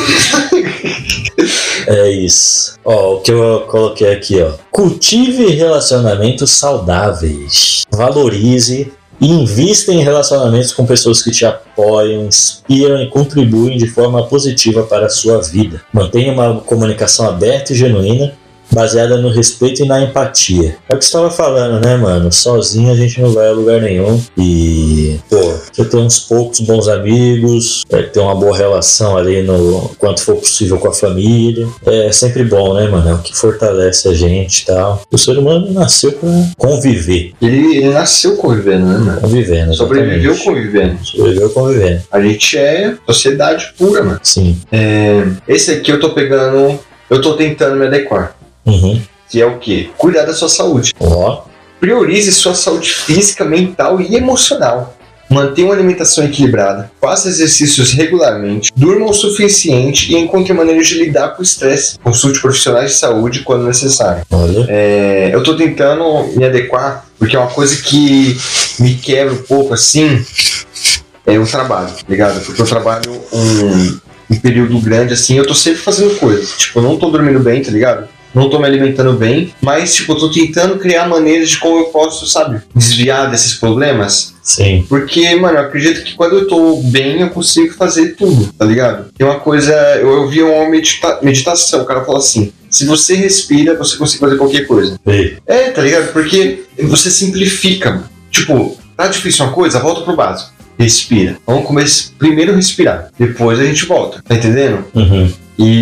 Speaker 1: É isso. Ó, o que eu coloquei aqui, ó. Cultive relacionamentos saudáveis. Valorize e invista em relacionamentos com pessoas que te apoiam, inspiram e contribuem de forma positiva para a sua vida. Mantenha uma comunicação aberta e genuína. Baseada no respeito e na empatia. É o que você estava falando, né, mano? Sozinho a gente não vai a lugar nenhum. E, pô, você tem uns poucos bons amigos, é, ter uma boa relação ali no quanto for possível com a família. É sempre bom, né, mano? É o que fortalece a gente e tal. O ser humano nasceu pra conviver.
Speaker 2: Ele, ele nasceu convivendo, né, mano?
Speaker 1: Convivendo.
Speaker 2: Sobreviveu
Speaker 1: exatamente.
Speaker 2: convivendo.
Speaker 1: Sobreviveu convivendo.
Speaker 2: A gente é sociedade pura, mano.
Speaker 1: Sim.
Speaker 2: Esse aqui eu tô pegando... Eu tô tentando me adequar.
Speaker 1: Uhum.
Speaker 2: Que é o quê? Cuidar da sua saúde.
Speaker 1: Ó.
Speaker 2: Priorize sua saúde física, mental e emocional. Mantenha uma alimentação equilibrada, faça exercícios regularmente, durma o suficiente e encontre maneiras de lidar com o estresse. Consulte profissionais de saúde quando necessário.
Speaker 1: Olha.
Speaker 2: É, eu estou tentando me adequar, porque é uma coisa que me quebra um pouco assim, é o trabalho, ligado? Porque eu trabalho um, um período grande assim, eu tô sempre fazendo coisas. Tipo, eu não tô dormindo bem, tá ligado? Não tô me alimentando bem, mas tipo, eu tô tentando criar maneiras de como eu posso, sabe, desviar desses problemas.
Speaker 1: Sim.
Speaker 2: Porque, mano, eu acredito que quando eu tô bem, eu consigo fazer tudo, tá ligado? Tem uma coisa, eu ouvi uma medita- meditação, o cara falou assim: se você respira, você consegue fazer qualquer coisa.
Speaker 1: E,
Speaker 2: É, tá ligado? Porque você simplifica. mano. Tipo, tá difícil uma coisa? Volta pro básico. Respira. Vamos começar primeiro respirar. Depois a gente volta. Tá entendendo?
Speaker 1: uhum.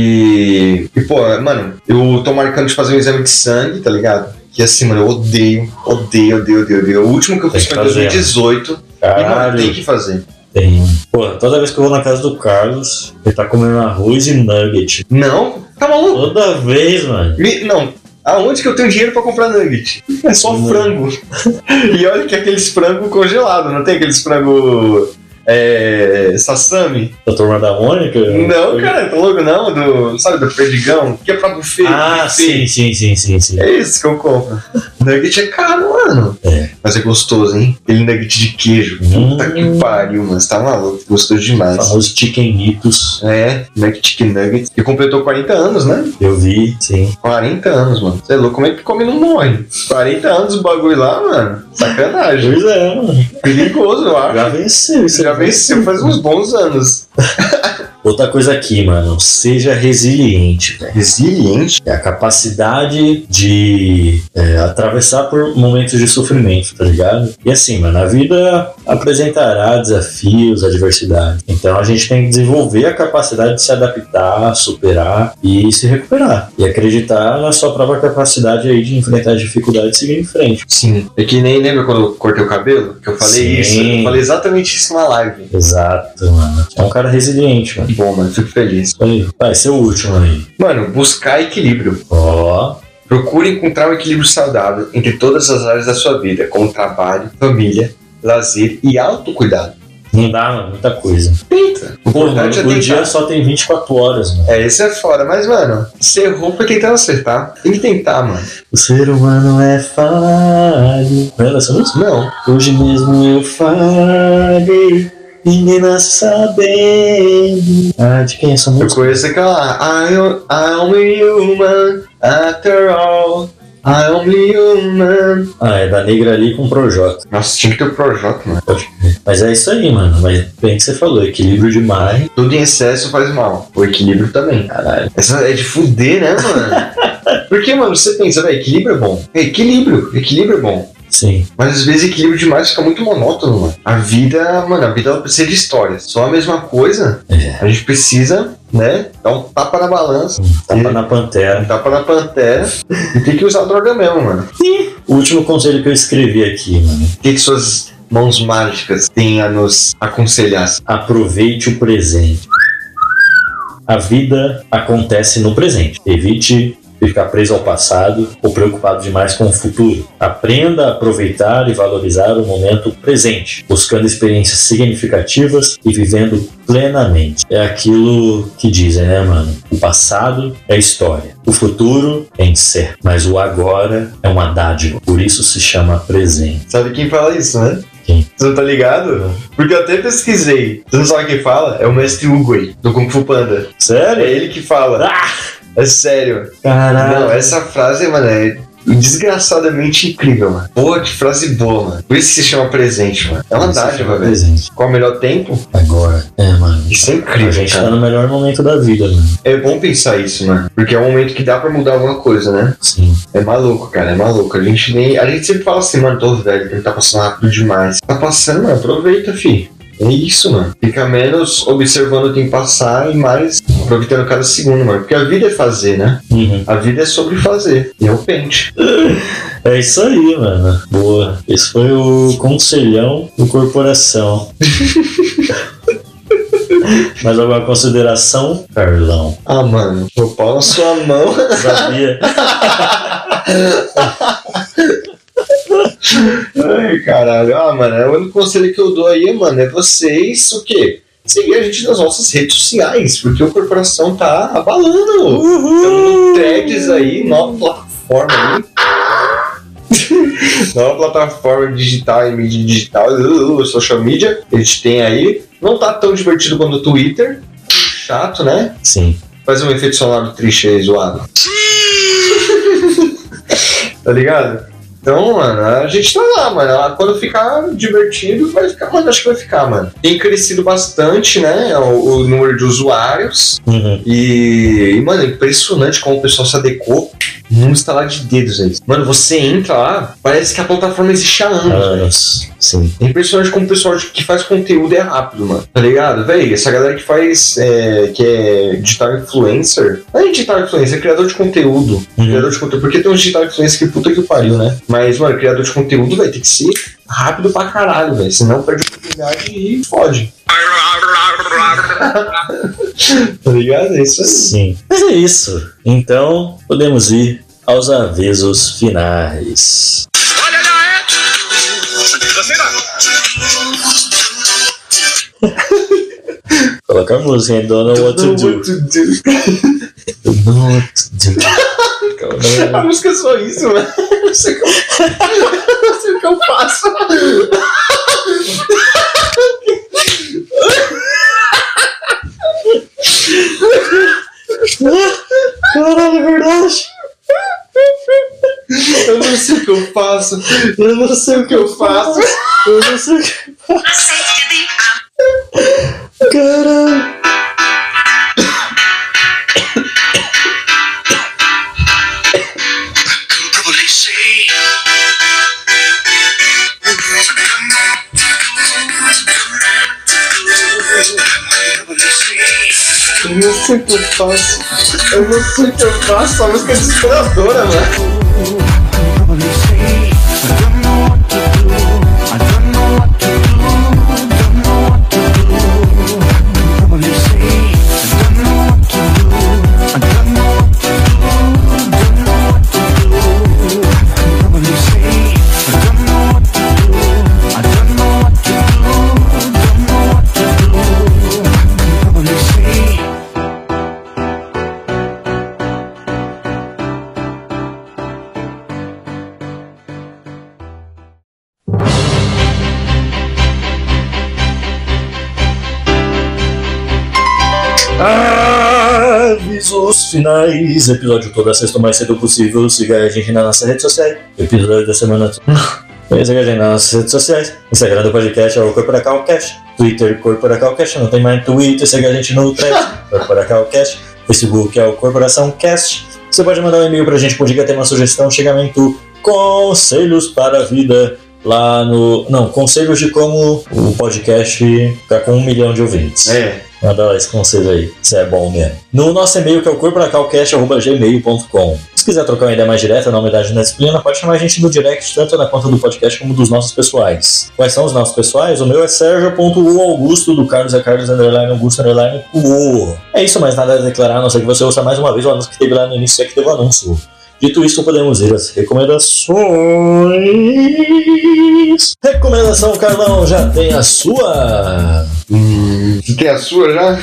Speaker 2: E. E, pô, mano, eu tô marcando de fazer um exame de sangue, tá ligado? Que assim, mano, eu odeio, odeio, odeio, odeio, odeio. O último que eu
Speaker 1: Tem
Speaker 2: fiz
Speaker 1: que
Speaker 2: foi em
Speaker 1: fazer,
Speaker 2: 2018. E, mano, tem
Speaker 1: Caralho.
Speaker 2: que fazer.
Speaker 1: Tem. Pô, toda vez que eu vou na casa do Carlos, ele tá comendo arroz e nugget.
Speaker 2: Não? Tá maluco?
Speaker 1: Toda vez, mano.
Speaker 2: Me- não. Aonde que eu tenho dinheiro pra comprar nugget? É só
Speaker 1: Hum.
Speaker 2: frango. e olha que é aqueles frango congelado, não tem aqueles frango. É, sassami?
Speaker 1: Da turma da Mônica?
Speaker 2: Não, cara, tá louco não, do, sabe, do perdigão, que é pra buffet.
Speaker 1: Ah, sim,
Speaker 2: buffet.
Speaker 1: sim, sim, sim, sim.
Speaker 2: É isso que eu compro. Nugget é caro, mano.
Speaker 1: É.
Speaker 2: Mas é gostoso, hein? Aquele nugget de queijo.
Speaker 1: Hum.
Speaker 2: Puta que pariu, mano. Você tá maluco. Gostoso
Speaker 1: O
Speaker 2: demais.
Speaker 1: famoso Chicken Mitos,
Speaker 2: É, Mac Chicken Nuggets. E completou 40 anos, né?
Speaker 1: eu vi, sim.
Speaker 2: 40 anos, mano. Você é louco, como é que come e não morre? 40 anos o bagulho lá, mano. Sacanagem.
Speaker 1: Pois é, mano.
Speaker 2: Perigoso, eu acho.
Speaker 1: Já venceu isso.
Speaker 2: Você já venceu faz uns bons anos.
Speaker 1: Outra coisa aqui, mano. Seja resiliente, velho.
Speaker 2: Resiliente?
Speaker 1: É a capacidade de é, atravessar por momentos de sofrimento, tá ligado? E assim, mano, a vida apresentará desafios, adversidades. Então a gente tem que desenvolver a capacidade de se adaptar, superar e se recuperar. E acreditar na sua própria capacidade aí de enfrentar as dificuldades e seguir em frente.
Speaker 2: Sim. É que nem lembra quando eu cortei o cabelo? Que eu falei
Speaker 1: Sim.
Speaker 2: isso. Eu falei exatamente isso na live.
Speaker 1: Exato, mano. É um cara resiliente, mano.
Speaker 2: Bom, mano, fico feliz.
Speaker 1: Aí, Vai, seu último aí.
Speaker 2: Mano, buscar equilíbrio.
Speaker 1: Ó,
Speaker 2: Procure encontrar um equilíbrio saudável entre todas as áreas da sua vida, como trabalho, família, lazer e autocuidado.
Speaker 1: não dá, mano, muita coisa.
Speaker 2: Tenta! O
Speaker 1: Pô, mano,
Speaker 2: importante é
Speaker 1: o dia
Speaker 2: tentar.
Speaker 1: só tem 24 horas, mano.
Speaker 2: É, isso é fora, mas, mano, você errou foi tentando acertar. Tem que tentar, mano.
Speaker 1: O ser humano é falho. Não era essa música?
Speaker 2: Não.
Speaker 1: Hoje mesmo eu falhei. Ninguém nasce sabendo. Ah, de quem é essa
Speaker 2: Eu
Speaker 1: música?
Speaker 2: conheço aquela. I'm, I'm human, after all. I'm only human.
Speaker 1: Ah, é da negra ali com o Projota.
Speaker 2: Nossa, tinha que ter o Projota, mano.
Speaker 1: Mas é isso aí, mano. Mas bem que você falou, equilíbrio demais.
Speaker 2: Tudo em excesso faz mal. O equilíbrio também.
Speaker 1: Caralho.
Speaker 2: Essa é de fuder, né, mano? Porque, mano, você pensa, velho, equilíbrio é bom. É, equilíbrio, equilíbrio é bom.
Speaker 1: Sim.
Speaker 2: Mas às vezes equilíbrio demais fica muito monótono, mano. A vida, mano, a vida ela precisa de histórias. Só a mesma coisa,
Speaker 1: É.
Speaker 2: a gente precisa, né? Dar um tapa na balança,
Speaker 1: Tapa
Speaker 2: E-
Speaker 1: na
Speaker 2: um
Speaker 1: pantera.
Speaker 2: tapa na pantera e tem que usar a droga mesmo, mano.
Speaker 1: O último conselho que eu escrevi aqui, mano.
Speaker 2: O que, que suas mãos mágicas têm a nos aconselhar?
Speaker 1: Aproveite o presente. A vida acontece no presente. Evite ficar preso ao passado ou preocupado demais com o futuro. Aprenda a aproveitar e valorizar o momento presente, buscando experiências significativas e vivendo plenamente. É aquilo que dizem, né, mano? O passado é história, o futuro é incerto, mas o agora é uma dádiva. Por isso se chama presente.
Speaker 2: Sabe quem fala isso, né?
Speaker 1: Quem?
Speaker 2: Você não tá ligado? Porque eu até pesquisei. Você não sabe quem fala? É o mestre Uguay, do Kung Fu Panda. É
Speaker 1: Sério?
Speaker 2: ele que fala.
Speaker 1: Ah!
Speaker 2: É sério. Não,
Speaker 1: Caralho!
Speaker 2: essa frase, mano, é desgraçadamente incrível, mano. Porra, que frase boa, mano. Por isso que se chama presente, mano. É uma dádiva, velho.
Speaker 1: Presente.
Speaker 2: Qual o melhor tempo?
Speaker 1: Agora. É, mano.
Speaker 2: Isso é
Speaker 1: A
Speaker 2: incrível,
Speaker 1: gente
Speaker 2: cara.
Speaker 1: tá no melhor momento da vida, mano.
Speaker 2: É bom pensar isso, mano. Porque é um momento que dá pra mudar alguma coisa, né?
Speaker 1: Sim.
Speaker 2: É maluco, cara. É maluco. A gente nem. A gente sempre fala assim, mano, tô velho, tempo tá passando rápido demais. Tá passando, mano. Aproveita, fi. É isso, mano. Fica menos observando o tempo passar e mais aproveitando cada segundo, mano. Porque a vida é fazer, né?
Speaker 1: Uhum.
Speaker 2: A vida é sobre fazer. E é o pente.
Speaker 1: É isso aí, mano. Boa. Esse foi o Conselhão do Corporação. Mais alguma consideração, Carlão?
Speaker 2: Ah, mano, o pau na sua mão.
Speaker 1: Sabia?
Speaker 2: Ai, caralho. Ah, mano, é o único conselho que eu dou aí, mano, é vocês o quê? Seguir a gente nas nossas redes sociais, porque o corporação tá abalando. Estamos no Threads aí, nova plataforma aí. nova plataforma digital e mídia digital, uh, social media, a gente tem aí. Não tá tão divertido quanto o Twitter. Chato, né?
Speaker 1: Sim.
Speaker 2: Faz um efeito sonoro triste aí, zoado. tá ligado? Então, mano, a gente tá lá, mano. Quando ficar divertido, vai ficar, mano, acho que vai ficar, mano. Tem crescido bastante, né, o, o número de usuários.
Speaker 1: Uhum.
Speaker 2: E, e, mano, é impressionante como o pessoal se adequou num instalar de dedos aí. Mano, você entra lá, parece que a plataforma existe há anos.
Speaker 1: Ah, s- sim.
Speaker 2: É impressionante como o pessoal que faz conteúdo é rápido, mano. Tá ligado? Véi, essa galera que faz. é, que é digital influencer. Não é digital influencer, é criador de conteúdo.
Speaker 1: Uhum.
Speaker 2: Criador de conteúdo. Porque tem uns digital influencer que puta que pariu, né? Mas, mano, criador de conteúdo, vai ter que ser rápido pra caralho, velho. Senão perde a oportunidade e fode. tá ligado? É isso aí.
Speaker 1: Sim. Mas é isso. Então, podemos ir aos avisos finais.
Speaker 4: Olha lá, é! Você
Speaker 1: Coloca a música, I don't know what to do. Don't know what to do.
Speaker 2: A música é só isso, né? Não sei como- não sei o que eu faço.
Speaker 1: Caralho, é verdade.
Speaker 2: Eu não sei o que eu faço.
Speaker 1: Eu não sei
Speaker 2: O que eu faço?
Speaker 1: Eu não sei o que eu faço. Caralho.
Speaker 2: Eu não sei o que eu faço. Eu não sei o que eu faço. A música é desesperadora, mano.
Speaker 1: Avisos finais. Episódio toda sexta o mais cedo possível. Siga a gente nas nossas redes sociais. Episódio da semana. Siga a gente nas nossas redes sociais. Instagram do podcast é o Corporacalcast. Twitter Corporacalcast. Não tem mais Twitter. Siga a gente no Thread Corporacalcast. Facebook é o Corporação Cast. Você pode mandar um e-mail pra gente com dica, tema, sugestão, chegamento, conselhos para a vida lá no. Não, conselhos de como o podcast ficar com um milhão de ouvintes.
Speaker 2: É.
Speaker 1: Manda lá esse conselho aí, se é bom mesmo. No nosso e-mail, que é o corporacalcast.gmail.com. Se quiser trocar uma ideia mais direta na umidade da disciplina, pode chamar a gente no direct, tanto na conta do podcast como dos nossos pessoais. Quais são os nossos pessoais? O meu é sergio.uaugusto, do Carlos é Carlos Underline Augusto Underline Uo. É isso, mas nada a declarar, a não ser que você ouça mais uma vez o anúncio que teve lá no início, é que teve o anúncio. Dito isso, podemos ir às recomendações. Recomendação, Carlão, já tem a sua?
Speaker 2: Você tem é a sua já?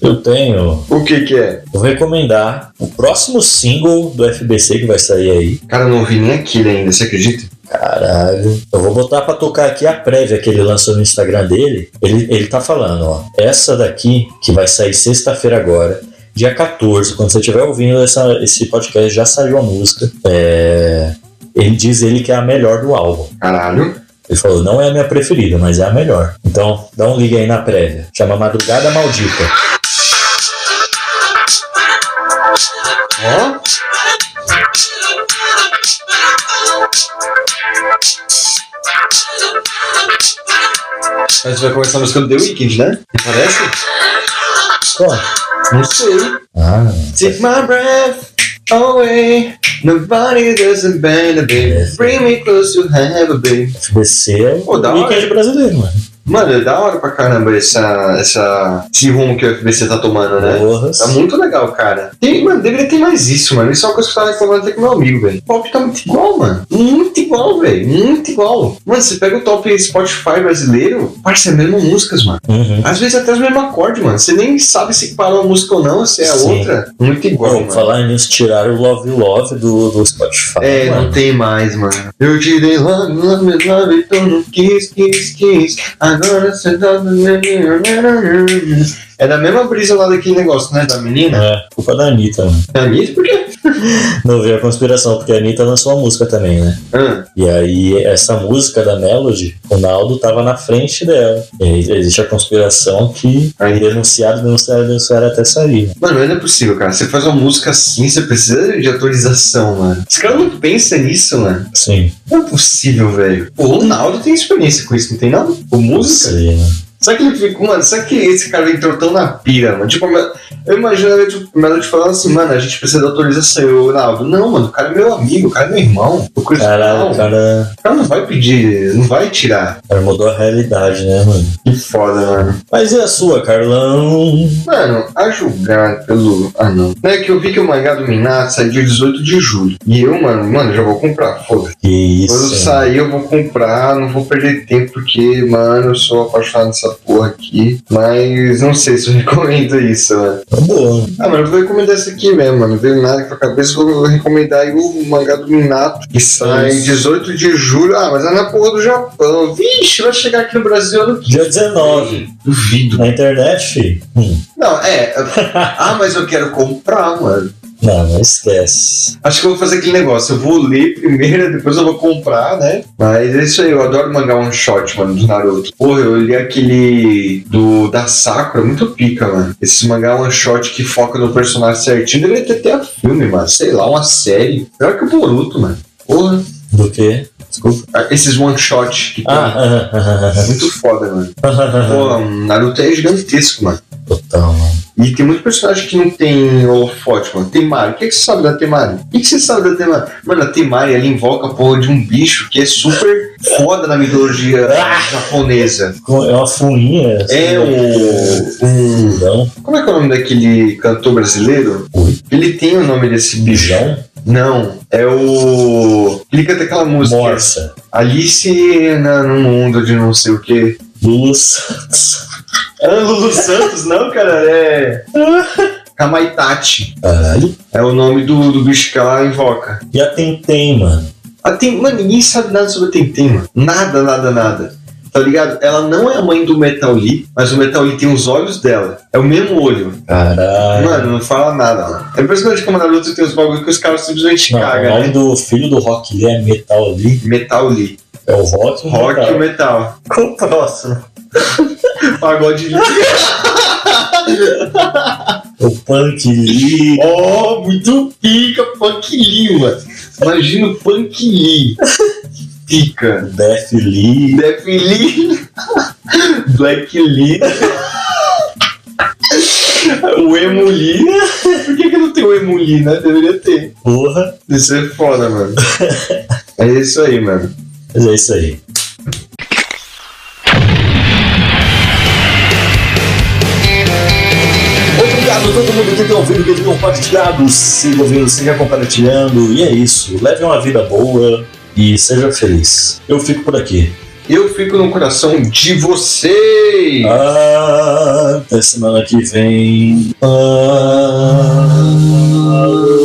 Speaker 1: Eu tenho.
Speaker 2: O que que é?
Speaker 1: Vou recomendar o próximo single do FBC que vai sair aí.
Speaker 2: Cara, eu não vi nem aquilo ainda, você acredita?
Speaker 1: Caralho. Eu vou botar pra tocar aqui a prévia que ele lançou no Instagram dele. Ele, ele tá falando, ó. Essa daqui, que vai sair sexta-feira agora, dia 14, quando você estiver ouvindo essa- esse podcast, já saiu a música. É, Ele diz ele que é a melhor do álbum.
Speaker 2: Caralho.
Speaker 1: Ele falou, não é a minha preferida, mas é a melhor. Então, dá um liga aí na prévia. Chama Madrugada Maldita.
Speaker 2: Ó. A gente vai começar a música do The Weeknd, né? Parece?
Speaker 1: Pô.
Speaker 2: Não sei.
Speaker 1: Ah,
Speaker 2: Take my breath away. Nobody doesn't matter, baby. Bring me close to heaven, baby.
Speaker 1: FBC é
Speaker 2: Pô, da
Speaker 1: o
Speaker 2: hora.
Speaker 1: weekend brasileiro, mano.
Speaker 2: Mano, é da hora pra caramba essa, essa, esse rumo que o FBC tá tomando, né?
Speaker 1: Porra.
Speaker 2: Tá muito legal, cara. Tem, mano, deveria ter mais isso, mano. Isso é uma coisa que eu tava reclamando até com meu amigo, velho. O pop tá muito igual, mano. Muito igual, velho. Muito igual. Mano, você pega o top Spotify brasileiro, parceiro, é mesmo músicas, mano.
Speaker 1: Uhum.
Speaker 2: Às vezes até os mesmos acordes, mano. Você nem sabe se parou uma música ou não, se é a
Speaker 1: Sim.
Speaker 2: outra. Muito igual,
Speaker 1: Pô,
Speaker 2: mano.
Speaker 1: falar nisso, tiraram o Love Love do, do Spotify.
Speaker 2: É,
Speaker 1: mano.
Speaker 2: não tem mais, mano. Eu te dei love, love, love, então não quis, quis, quis. Agora você tá. É da mesma brisa lá daquele negócio, né? Da menina?
Speaker 1: É, culpa da Anitta, mano.
Speaker 2: Da minha? Por quê?
Speaker 1: Não vi a conspiração, porque a Anitta lançou uma música também, né?
Speaker 2: Ah,
Speaker 1: E aí, essa música da Melody, o Naldo tava na frente dela. E aí, existe a conspiração que
Speaker 2: Aí.
Speaker 1: denunciaram, denunciaram, denunciaram até sair.
Speaker 2: mano, mas não é possível, cara. Você faz uma música assim, você precisa de autorização, mano. Os caras não pensam nisso, mano.
Speaker 1: Sim.
Speaker 2: Não é possível, velho. O Ronaldo tem experiência com isso, não tem não? Com música?
Speaker 1: Sim, né?
Speaker 2: Será que ele ficou, mano, será que esse cara entrou tão na pira, mano? Tipo, eu imagino ele, tipo, o Melody falando assim, mano, a gente precisa da autorização. Eu, Naldo, não, mano, o cara é meu amigo, o cara é meu irmão. Eu conheço-
Speaker 1: Caralho,
Speaker 2: não,
Speaker 1: o
Speaker 2: o
Speaker 1: cara,
Speaker 2: cara não vai pedir, não vai tirar.
Speaker 1: o cara mudou a realidade, né, mano?
Speaker 2: Que foda, mano.
Speaker 1: Mas e a sua, Carlão?
Speaker 2: Mano, a julgar pelo. Ah, não. É que eu vi que o mangá do Minato sai dia 18 de julho. E eu, mano, mano, já vou comprar, foda-se.
Speaker 1: Que
Speaker 2: Quando
Speaker 1: isso. é. hein?
Speaker 2: sair eu vou comprar, não vou perder tempo porque, mano, eu sou apaixonado nessa porra aqui. Mas não sei se eu recomendo isso, mano.
Speaker 1: Tá bom.
Speaker 2: Ah, mano, eu vou recomendar isso aqui mesmo, mano. Não veio nada pra cabeça, vou recomendar aí o mangá do Minato, que sai em
Speaker 1: Isso.
Speaker 2: 18 de julho. Ah, mas é na porra do Japão. Vixe, vai chegar aqui no Brasil ano que
Speaker 1: Dia 19.
Speaker 2: Duvido.
Speaker 1: Na internet, fi? Hum.
Speaker 2: Não, é. ah, mas eu quero comprar, mano.
Speaker 1: Não, não esquece.
Speaker 2: Acho que eu vou fazer aquele negócio. Eu vou ler primeiro, depois eu vou comprar, né? Mas é isso aí, eu adoro mangá one shot, mano, do Naruto. Porra, eu li aquele do da Sakura, muito pica, mano. Esse mangá one shot que foca no personagem certinho, deveria ter até filme, mano. Sei lá, uma série. Pior que o Boruto, mano. Porra,
Speaker 1: Do quê? Desculpa.
Speaker 2: Ah, esses one shot que tem. É
Speaker 1: Ah, ah, ah, ah,
Speaker 2: Muito foda, mano.
Speaker 1: ah, ah.
Speaker 2: Porra, Naruto é gigantesco, mano.
Speaker 1: Total, mano.
Speaker 2: E tem muito personagem que não tem holofote, mano. Temari. O que, que você sabe da Temari? O que, que você sabe da Temari? Mano, a Temari, ela invoca a porra de um bicho que é super foda na mitologia japonesa.
Speaker 1: Com- É uma assim, né? fuinha.
Speaker 2: É o... um-
Speaker 1: Furão?
Speaker 2: Como é que é o nome daquele cantor brasileiro?
Speaker 1: Oi?
Speaker 2: Ele tem o nome desse bicho.
Speaker 1: Bijão?
Speaker 2: Não, é o... Ele canta aquela música.
Speaker 1: Morsa.
Speaker 2: Alice na, no mundo de não sei o quê.
Speaker 1: Lulu Santos.
Speaker 2: Ah, Lulu Santos, não, cara, é... Kamaitachi.
Speaker 1: Caralho.
Speaker 2: É o nome do, do bicho que ela invoca.
Speaker 1: E a Tentem, mano.
Speaker 2: A Tem... Mano, ninguém sabe nada sobre a Tentem, mano. Nada, nada, nada. Tá ligado? Ela não é a mãe do Metal Lee, mas o Metal Lee tem os olhos dela. É o mesmo olho.
Speaker 1: Caralho.
Speaker 2: Mano, não fala nada, mano. É impressionante como na luta tem os bagulhos que os caras simplesmente
Speaker 1: Não, o
Speaker 2: cagam,
Speaker 1: nome
Speaker 2: né?
Speaker 1: do filho do Rock Lee é Metal Lee.
Speaker 2: Metal Lee.
Speaker 1: É o Rock.
Speaker 2: Rock e
Speaker 1: Metal.
Speaker 2: metal.
Speaker 1: Qual o próximo?
Speaker 2: Pagode Lee.
Speaker 1: O Punk Lee.
Speaker 2: oh, muito pica, Punk Lee, mano. Imagina o Punk Lee. Pica.
Speaker 1: o Death Lee.
Speaker 2: Def Lee. Black Lee. o Emo Lee. Por que, que não tem o Emo Lee, né? Deveria ter.
Speaker 1: Porra.
Speaker 2: Isso é foda, mano. É isso aí, mano.
Speaker 1: Mas é isso aí. Obrigado a todo mundo que tem ouvido, que tem compartilhado. Siga ouvindo, siga compartilhando. E é isso. Leve uma vida boa e seja feliz. Eu fico por aqui.
Speaker 2: Eu fico no coração de vocês.
Speaker 1: Até semana que vem. Ah. Ah.